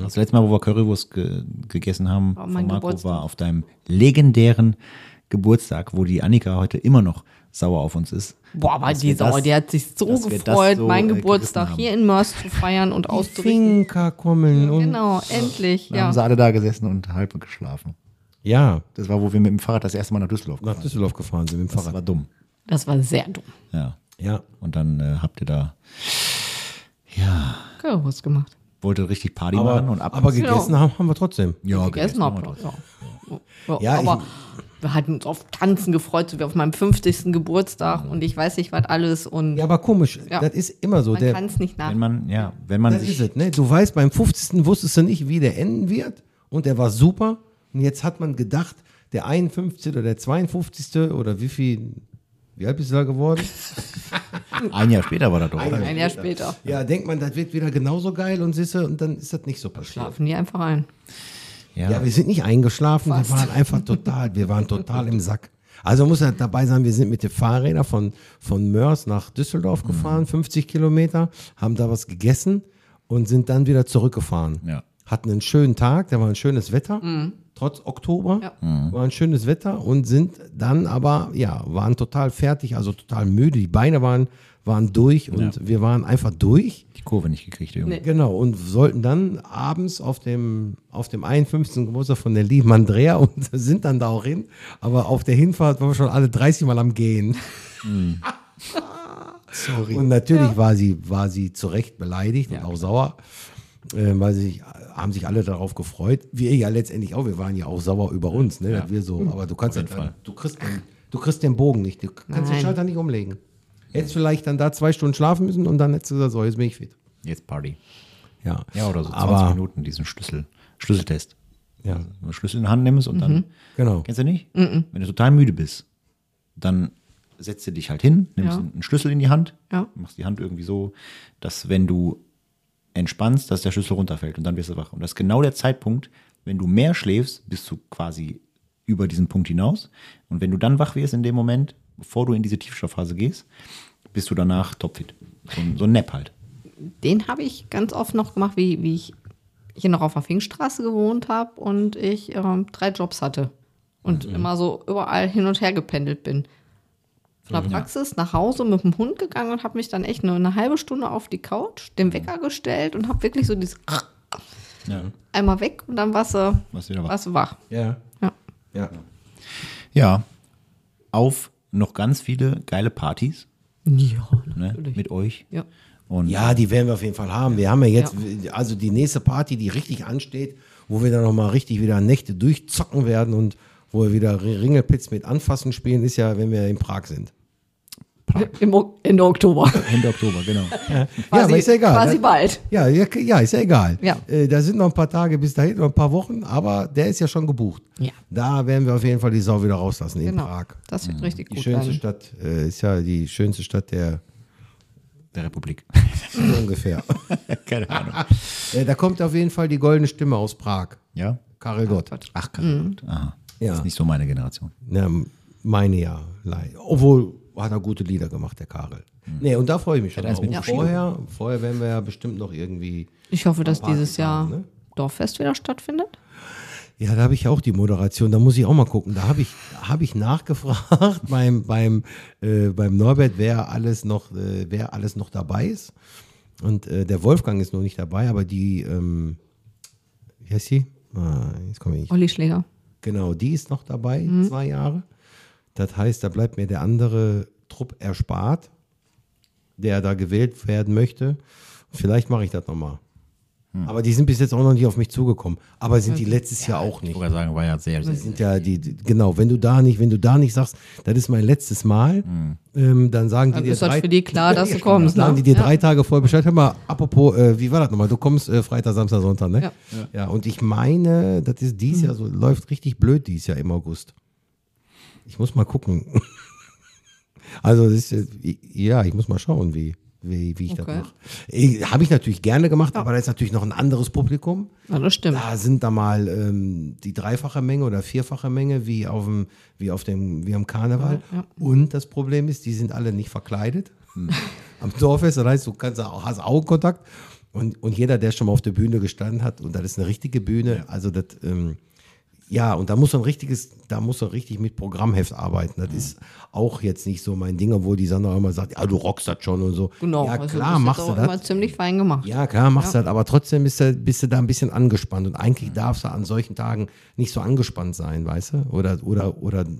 [SPEAKER 6] Das letzte Mal, wo wir Currywurst ge gegessen haben,
[SPEAKER 3] War
[SPEAKER 6] von
[SPEAKER 3] mein
[SPEAKER 6] Marco,
[SPEAKER 3] Geburtstag.
[SPEAKER 6] war auf deinem legendären Geburtstag, wo die Annika heute immer noch sauer auf uns ist.
[SPEAKER 3] Boah, aber
[SPEAKER 6] Dass
[SPEAKER 3] die
[SPEAKER 6] wir das-
[SPEAKER 3] Sau, die hat sich so
[SPEAKER 6] dass wir das
[SPEAKER 3] gefreut,
[SPEAKER 6] so,
[SPEAKER 3] meinen
[SPEAKER 6] äh,
[SPEAKER 3] Geburtstag
[SPEAKER 6] gerissen
[SPEAKER 3] hier in Mörs zu feiern und auszurichten.
[SPEAKER 5] Finker kommen und.
[SPEAKER 3] Genau, endlich,
[SPEAKER 6] Da haben
[SPEAKER 3] ja.
[SPEAKER 6] sie alle da gesessen und halb geschlafen.
[SPEAKER 5] Ja,
[SPEAKER 6] Das war, wo wir mit dem Fahrrad das erste Mal nach Düsseldorf
[SPEAKER 5] nach
[SPEAKER 6] gefahren sind.
[SPEAKER 5] Düsseldorf gefahren sind mit dem
[SPEAKER 6] Das
[SPEAKER 5] Fahrrad.
[SPEAKER 6] war dumm.
[SPEAKER 3] Das war sehr dumm.
[SPEAKER 6] Ja.
[SPEAKER 5] Ja.
[SPEAKER 6] Und dann äh, habt ihr da,
[SPEAKER 3] Currywurst gemacht.
[SPEAKER 6] wolltet richtig Party
[SPEAKER 5] Aber,
[SPEAKER 6] machen und ab.
[SPEAKER 5] aber
[SPEAKER 3] Genau.
[SPEAKER 5] gegessen haben, haben wir trotzdem.
[SPEAKER 6] ja,
[SPEAKER 3] Gegessen
[SPEAKER 6] haben wir
[SPEAKER 3] habt ihr,
[SPEAKER 6] trotzdem.
[SPEAKER 3] ja.
[SPEAKER 5] Ja,
[SPEAKER 3] ja.
[SPEAKER 5] ich-
[SPEAKER 3] Aber wir hatten uns auf Tanzen gefreut, so wie auf meinem 50. Geburtstag und ich weiß nicht, was alles und
[SPEAKER 5] Ja, aber komisch,
[SPEAKER 3] Ja.
[SPEAKER 5] das ist immer so.
[SPEAKER 3] man
[SPEAKER 5] Der,
[SPEAKER 3] kann es nicht nach.
[SPEAKER 6] Wenn man, ja, wenn man
[SPEAKER 5] das
[SPEAKER 6] sich
[SPEAKER 5] ist es, ne? Du weißt, beim 50. wusstest du nicht, wie der enden wird und der war super und jetzt hat man gedacht, der 51. oder der 52. oder wie viel, wie alt bist du da geworden?
[SPEAKER 6] ein Jahr später war das doch. oder?
[SPEAKER 3] Ein Jahr später.
[SPEAKER 5] ja, denkt man, das wird wieder genauso geil und sisse und dann ist das nicht so passiert.
[SPEAKER 3] Schlafen die einfach ein.
[SPEAKER 5] Ja, wir sind nicht eingeschlafen, wir waren einfach total, wir waren total im Sack. Also muss halt dabei sein, wir sind mit den Fahrrädern von, von Mörs nach Düsseldorf gefahren, 50 Kilometer, haben da was gegessen und sind dann wieder zurückgefahren.
[SPEAKER 6] Ja.
[SPEAKER 5] Hatten einen schönen Tag, da war ein schönes Wetter, trotz Oktober, war ein schönes Wetter und sind dann aber, ja, waren total fertig, also total müde, die Beine waren, waren durch und wir waren einfach durch.
[SPEAKER 6] die Kurve nicht gekriegt irgendwie.
[SPEAKER 5] Genau, und sollten dann abends auf dem, auf dem 51. Geburtstag von der lieben Andrea und sind dann da auch hin. Aber auf der Hinfahrt waren wir schon alle 30 Mal am Gehen. Sorry. Hm. Und natürlich war, sie, war sie zu Recht beleidigt und auch sauer, äh, weil sie sich, haben sich alle darauf gefreut. Wir ja letztendlich auch, wir waren ja auch sauer über uns, ne, dass wir so, aber du kannst, halt, du, kriegst den, du kriegst den Bogen nicht, du kannst den
[SPEAKER 3] Nein.
[SPEAKER 5] Schalter nicht umlegen. Hättest vielleicht dann da zwei Stunden schlafen müssen und dann hättest du gesagt, so, jetzt bin ich fit.
[SPEAKER 6] Jetzt Party.
[SPEAKER 5] Ja,
[SPEAKER 6] Ja, oder so 20
[SPEAKER 5] aber,
[SPEAKER 6] Minuten diesen Schlüssel, Schlüsseltest.
[SPEAKER 5] Ja.
[SPEAKER 6] Also, wenn du Schlüssel in die Hand nimmst und dann.
[SPEAKER 5] Genau.
[SPEAKER 6] Kennst du nicht? Wenn du total müde bist, dann setzt du dich halt hin, nimmst
[SPEAKER 3] Ja.
[SPEAKER 6] einen Schlüssel in die Hand,
[SPEAKER 3] Ja.
[SPEAKER 6] machst die Hand irgendwie so, dass wenn du entspannst, dass der Schlüssel runterfällt und dann wirst du wach. Und das ist genau der Zeitpunkt, wenn du mehr schläfst, bist du quasi über diesen Punkt hinaus. Und wenn du dann wach wirst in dem Moment, bevor du in diese Tiefschlafphase gehst, bist du danach topfit. So, ein- so ein Nap halt.
[SPEAKER 3] Den habe ich ganz oft noch gemacht, wie, wie ich hier noch auf der Fingstraße gewohnt habe und ich ähm, drei Jobs hatte und
[SPEAKER 6] Mhm.
[SPEAKER 3] immer so überall hin und her gependelt bin. Von der Praxis nach Hause mit dem Hund gegangen und habe mich dann echt nur eine halbe Stunde auf die Couch, den Wecker gestellt und habe wirklich so dieses
[SPEAKER 6] Mhm. Ja.
[SPEAKER 3] einmal weg und dann warst du,
[SPEAKER 6] Warst wieder wach.
[SPEAKER 3] warst du wach.
[SPEAKER 5] Ja.
[SPEAKER 3] Ja.
[SPEAKER 5] Ja.
[SPEAKER 6] Ja. Auf noch ganz viele geile Partys
[SPEAKER 3] Ja,
[SPEAKER 6] ne, mit euch.
[SPEAKER 3] Ja.
[SPEAKER 6] Und
[SPEAKER 5] ja, die werden wir auf jeden Fall haben. Wir haben ja jetzt, also die nächste Party, die richtig ansteht, wo wir dann nochmal richtig wieder Nächte durchzocken werden und wo wir wieder Ringelpitz mit anfassen spielen, ist ja, wenn wir in Prag sind.
[SPEAKER 3] Im, O- Ende Oktober.
[SPEAKER 6] Ende Oktober, genau.
[SPEAKER 5] ja, aber ist ja egal.
[SPEAKER 3] Quasi
[SPEAKER 5] ne?
[SPEAKER 3] bald.
[SPEAKER 5] ja, ja, k- ja, ist ja egal.
[SPEAKER 3] Ja.
[SPEAKER 5] Äh, da sind noch ein paar Tage bis dahin, noch ein paar Wochen, aber der ist ja schon gebucht.
[SPEAKER 3] Ja.
[SPEAKER 5] Da werden wir auf jeden Fall die Sau wieder rauslassen in
[SPEAKER 3] Genau.
[SPEAKER 5] Prag.
[SPEAKER 3] Das
[SPEAKER 6] Mhm.
[SPEAKER 3] wird richtig
[SPEAKER 5] Die
[SPEAKER 3] gut
[SPEAKER 5] schönste
[SPEAKER 3] werden.
[SPEAKER 5] Stadt äh, ist ja die schönste Stadt der
[SPEAKER 6] Der Republik.
[SPEAKER 5] ungefähr.
[SPEAKER 6] Keine Ahnung.
[SPEAKER 5] Äh, da kommt auf jeden Fall die goldene Stimme aus Prag.
[SPEAKER 6] Ja?
[SPEAKER 5] Karel Gott.
[SPEAKER 6] Ach, mhm. Aha.
[SPEAKER 5] Ja.
[SPEAKER 6] Das ist nicht so meine Generation.
[SPEAKER 5] Na, meine ja. leider. Obwohl, hat er gute Lieder gemacht, der Karel. Nee, und da freue ich mich schon.
[SPEAKER 6] eins
[SPEAKER 5] drauf.
[SPEAKER 6] mit
[SPEAKER 5] Und
[SPEAKER 6] Bushido.
[SPEAKER 5] vorher, vorher werden wir ja bestimmt noch irgendwie.
[SPEAKER 3] Ich hoffe, dass
[SPEAKER 5] Party
[SPEAKER 3] dieses Jahr
[SPEAKER 5] fahren, ne?
[SPEAKER 3] Dorffest wieder stattfindet.
[SPEAKER 5] Ja, da habe ich ja auch die Moderation, da muss ich auch mal gucken. Da habe ich, da habe ich nachgefragt beim, beim, äh, beim Norbert, wer alles noch, äh, wer alles noch dabei ist. Und äh, der Wolfgang ist noch nicht dabei, aber die, ähm, wie heißt sie? Ah, jetzt komme ich nicht.
[SPEAKER 3] Olli Schläger.
[SPEAKER 5] Genau, die ist noch dabei,
[SPEAKER 3] Mhm.
[SPEAKER 5] zwei Jahre. Das heißt, da bleibt mir der andere Trupp erspart, der da gewählt werden möchte. Vielleicht mache ich das nochmal.
[SPEAKER 6] Hm.
[SPEAKER 5] Aber die sind bis jetzt auch noch nicht auf mich zugekommen. Aber sind die letztes Jahr auch nicht.
[SPEAKER 6] sogar sagen, war ja sehr, sehr.
[SPEAKER 5] sind ja die, die genau, wenn du da nicht, wenn du da nicht sagst, das ist mein letztes Mal,
[SPEAKER 6] Hm.
[SPEAKER 5] ähm, dann sagen die
[SPEAKER 3] Dann
[SPEAKER 5] dir
[SPEAKER 3] ist das
[SPEAKER 5] drei,
[SPEAKER 3] für die klar, dass du
[SPEAKER 5] schon, dann
[SPEAKER 3] kommst,
[SPEAKER 5] Sagen
[SPEAKER 3] ne?
[SPEAKER 5] die dir
[SPEAKER 3] Ja.
[SPEAKER 5] drei Tage vorher Bescheid. Hör mal, apropos, äh, wie war das nochmal? Du kommst äh, Freitag, Samstag, Sonntag, ne?
[SPEAKER 3] Ja. Hm.
[SPEAKER 5] Ja. und ich meine, das ist dies Jahr so, läuft richtig blöd dies Jahr im August. Ich muss mal gucken. also, das ist, äh, ja, ich muss mal schauen, wie, wie, wie ich
[SPEAKER 3] Okay.
[SPEAKER 5] das mache. Habe ich natürlich gerne gemacht, aber da ist natürlich noch ein anderes Publikum.
[SPEAKER 3] Na, das stimmt.
[SPEAKER 5] Da sind da mal ähm, die dreifache Menge oder vierfache Menge wie auf dem, wie auf dem, wie am Karneval. Und das Problem ist, die sind alle nicht verkleidet. Am Dorffest, das heißt, du kannst, auch- hast Augenkontakt. Und, und jeder, der schon mal auf der Bühne gestanden hat, und das ist eine richtige Bühne, also das, ähm, ja, und da muss man richtiges, da muss man richtig mit Programmheft arbeiten. Das ist auch jetzt nicht so mein Ding, obwohl die Sandra immer sagt, ja, du rockst das schon und so.
[SPEAKER 3] Genau.
[SPEAKER 5] ja,
[SPEAKER 3] also
[SPEAKER 5] klar,
[SPEAKER 3] das ist
[SPEAKER 5] machst
[SPEAKER 3] auch
[SPEAKER 5] du das.
[SPEAKER 3] immer ziemlich fein gemacht.
[SPEAKER 5] Ja, klar, machst das, aber trotzdem bist du, bist du da ein bisschen angespannt und eigentlich darfst du an solchen Tagen nicht so angespannt sein, weißt du? Oder, oder, oder du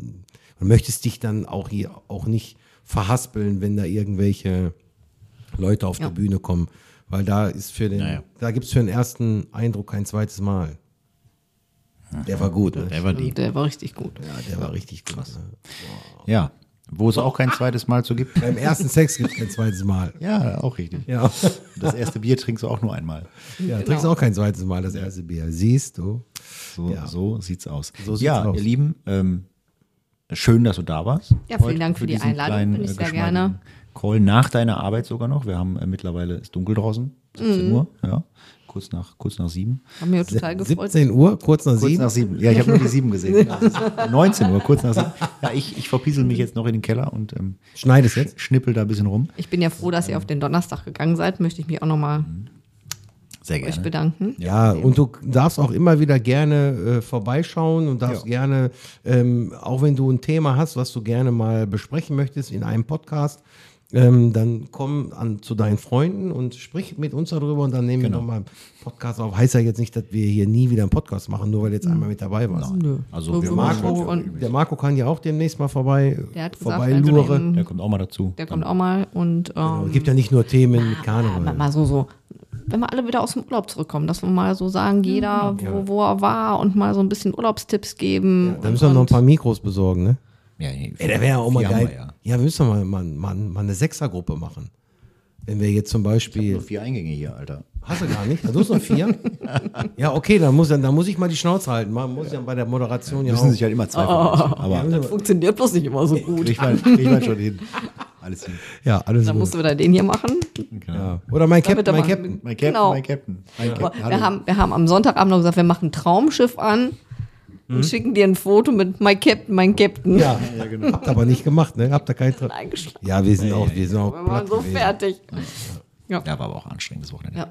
[SPEAKER 5] möchtest dich dann auch hier auch nicht verhaspeln, wenn da irgendwelche Leute auf
[SPEAKER 3] Ja.
[SPEAKER 5] der Bühne kommen, weil da ist für den,
[SPEAKER 6] Naja.
[SPEAKER 5] da gibt es für den ersten Eindruck kein zweites Mal. Der war gut, ne?
[SPEAKER 6] Der war lieb.
[SPEAKER 3] Der war richtig gut.
[SPEAKER 5] Ja, der war richtig ne? krass.
[SPEAKER 6] Ja. Wo es auch kein zweites Mal zu gibt.
[SPEAKER 5] Beim ersten Sex gibt es kein zweites Mal.
[SPEAKER 6] Ja, auch richtig.
[SPEAKER 5] Ja,
[SPEAKER 6] Das erste Bier trinkst du auch nur einmal.
[SPEAKER 5] ja trinkst auch kein zweites Mal das erste Bier. Siehst du?
[SPEAKER 6] So, so sieht's aus.
[SPEAKER 5] So sieht's
[SPEAKER 6] ja,
[SPEAKER 5] aus.
[SPEAKER 6] ihr Lieben, ähm, schön, dass du da warst.
[SPEAKER 3] Ja, vielen
[SPEAKER 6] heute
[SPEAKER 3] Dank für die
[SPEAKER 6] diesen
[SPEAKER 3] Einladung.
[SPEAKER 6] kleinen,
[SPEAKER 3] Bin ich
[SPEAKER 6] äh,
[SPEAKER 3] sehr
[SPEAKER 6] geschmeidigen
[SPEAKER 3] gerne.
[SPEAKER 6] Call nach deiner Arbeit sogar noch. Wir haben äh, mittlerweile ist dunkel draußen,
[SPEAKER 3] Mhm.
[SPEAKER 6] 17 Uhr, ja. Kurz nach, kurz nach sieben.
[SPEAKER 3] Haben wir total gefreut.
[SPEAKER 5] 17 Uhr, kurz nach
[SPEAKER 6] Kurz
[SPEAKER 5] sieben.
[SPEAKER 6] nach sieben. Ja, ich habe nur die sieben gesehen. Ja, es ist 19 Uhr, kurz nach sieben. Ja, ich, ich verpiesel mich jetzt noch in den Keller und ähm,
[SPEAKER 5] Schneidest jetzt?
[SPEAKER 6] sch- schnippel da ein bisschen rum.
[SPEAKER 3] Ich bin ja froh, dass ihr auf den Donnerstag gegangen seid. Möchte ich mich auch nochmal
[SPEAKER 5] Mhm.
[SPEAKER 6] Sehr
[SPEAKER 3] euch
[SPEAKER 6] gerne.
[SPEAKER 3] bedanken.
[SPEAKER 5] Ja, und du darfst auch immer wieder gerne äh, vorbeischauen und darfst gerne, ähm, auch wenn du ein Thema hast, was du gerne mal besprechen möchtest in einem Podcast, ähm, dann komm an, zu deinen Freunden und sprich mit uns darüber und dann nehmen wir nochmal einen Podcast auf. Heißt ja jetzt nicht, dass wir hier nie wieder einen Podcast machen, nur weil du jetzt einmal mit dabei warst.
[SPEAKER 6] Also wir
[SPEAKER 3] So,
[SPEAKER 6] machen
[SPEAKER 5] Marco,
[SPEAKER 3] so, Hm. und
[SPEAKER 5] der Marco kann ja auch demnächst mal vorbei,
[SPEAKER 3] Der hat gesagt, also
[SPEAKER 5] vorbeilure.
[SPEAKER 3] im-
[SPEAKER 6] Der kommt auch mal dazu.
[SPEAKER 3] der kommt auch mal und ähm,
[SPEAKER 5] Es gibt ja nicht nur Themen mit Karneval.
[SPEAKER 3] mal, mal so, so. Wenn wir alle wieder aus dem Urlaub zurückkommen, dass wir mal so sagen,
[SPEAKER 5] Mhm.
[SPEAKER 3] jeder, wo, wo er war und mal so ein bisschen Urlaubstipps geben.
[SPEAKER 5] Da müssen wir noch ein paar Mikros besorgen, ne?
[SPEAKER 6] Ja, nee,
[SPEAKER 5] Ey, der wäre ja auch mal
[SPEAKER 6] vier haben
[SPEAKER 5] geil.
[SPEAKER 6] wir, ja.
[SPEAKER 5] ja. wir müssen mal, mal, mal, mal eine Sechsergruppe machen. Wenn wir jetzt zum
[SPEAKER 6] Nur
[SPEAKER 5] Beispiel.
[SPEAKER 6] vier Eingänge hier, Alter.
[SPEAKER 5] Hast du gar nicht? Du hast noch vier? ja, okay, dann muss, dann, dann muss ich mal die Schnauze halten. Man muss ja bei der Moderation ja,
[SPEAKER 6] Müssen
[SPEAKER 5] auch.
[SPEAKER 6] sich halt immer
[SPEAKER 5] Oh,
[SPEAKER 6] zwei vermischen, Aber
[SPEAKER 3] Das funktioniert bloß nicht immer so gut.
[SPEAKER 6] kriegt man, kriegt man schon hin. Alles hin.
[SPEAKER 5] ja, alles
[SPEAKER 3] Dann
[SPEAKER 5] gut.
[SPEAKER 3] musst du wieder den hier machen.
[SPEAKER 5] Ja. Oder mein
[SPEAKER 3] Damit
[SPEAKER 5] Captain,
[SPEAKER 3] er
[SPEAKER 5] mein
[SPEAKER 3] mal-
[SPEAKER 5] Captain.
[SPEAKER 6] Mein Captain,
[SPEAKER 3] Genau.
[SPEAKER 6] mein Captain. Mein
[SPEAKER 3] Aber
[SPEAKER 6] Captain.
[SPEAKER 3] Wir haben, wir haben am Sonntagabend noch gesagt, wir machen ein Traumschiff an und schicken dir ein Foto mit My Captain, mein Captain.
[SPEAKER 5] Ja,
[SPEAKER 6] genau.
[SPEAKER 5] habt aber nicht gemacht, ne? Habt da keinen Tra
[SPEAKER 3] Eingeschlafen.
[SPEAKER 5] Ja, wir sind auch, wir sind auch
[SPEAKER 3] Wir waren
[SPEAKER 5] platt
[SPEAKER 3] so
[SPEAKER 5] gewesen.
[SPEAKER 3] fertig. Ja.
[SPEAKER 6] Ja, war aber auch ein anstrengendes Wochenende.
[SPEAKER 3] Ja.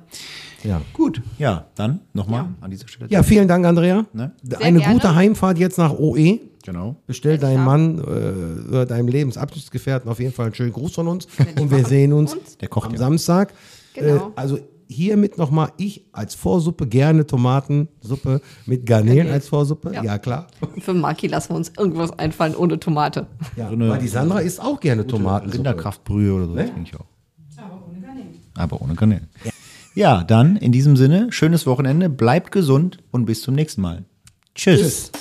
[SPEAKER 5] Ja.
[SPEAKER 6] Gut, ja, dann nochmal an dieser Stelle.
[SPEAKER 5] ja, vielen Dank, Andrea.
[SPEAKER 6] Ne?
[SPEAKER 5] Eine
[SPEAKER 3] gerne.
[SPEAKER 5] gute Heimfahrt jetzt nach E. OE.
[SPEAKER 6] Genau.
[SPEAKER 5] Bestell deinem Mann äh, oder deinem Lebensabschnittsgefährten auf jeden Fall einen schönen Gruß von uns. Und wir sehen uns
[SPEAKER 6] Der kocht
[SPEAKER 5] am
[SPEAKER 6] ja.
[SPEAKER 5] Samstag.
[SPEAKER 3] Genau.
[SPEAKER 5] Äh, also hiermit nochmal, ich als Vorsuppe gerne Tomatensuppe mit Garnelen als Vorsuppe. Ja, klar.
[SPEAKER 3] Und Für Maki lassen wir uns irgendwas einfallen ohne Tomate.
[SPEAKER 5] Ja,
[SPEAKER 6] eine-
[SPEAKER 5] weil die Sandra isst auch gerne Tomatensuppe.
[SPEAKER 6] Rinderkraftbrühe oder so, das trinke ich auch. Aber ohne Garnelen. Aber ohne Garnelen. Ja. dann in diesem Sinne, schönes Wochenende, bleibt gesund und bis zum nächsten Mal. Tschüss.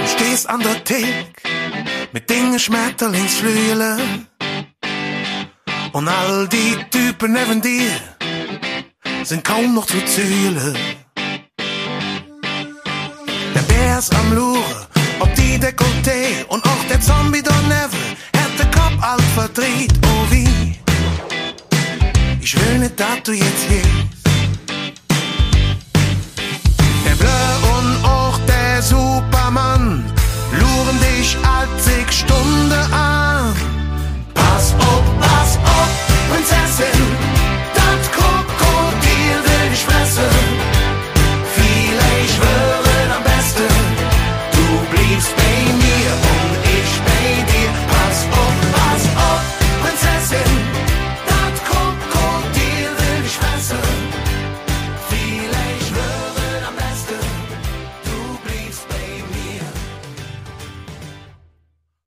[SPEAKER 2] Du stehst an der Theke mit Dingen Schmetterlingsflügeln und all die Typen neben dir sind kaum noch zu zügeln. Der Bär ist am Luren, ob die Dekolleté und auch der Zombie daneben hat den Kopf all verdreht. Oh wie, ich will nicht, dass du jetzt gehst. Der Blö und auch der Superman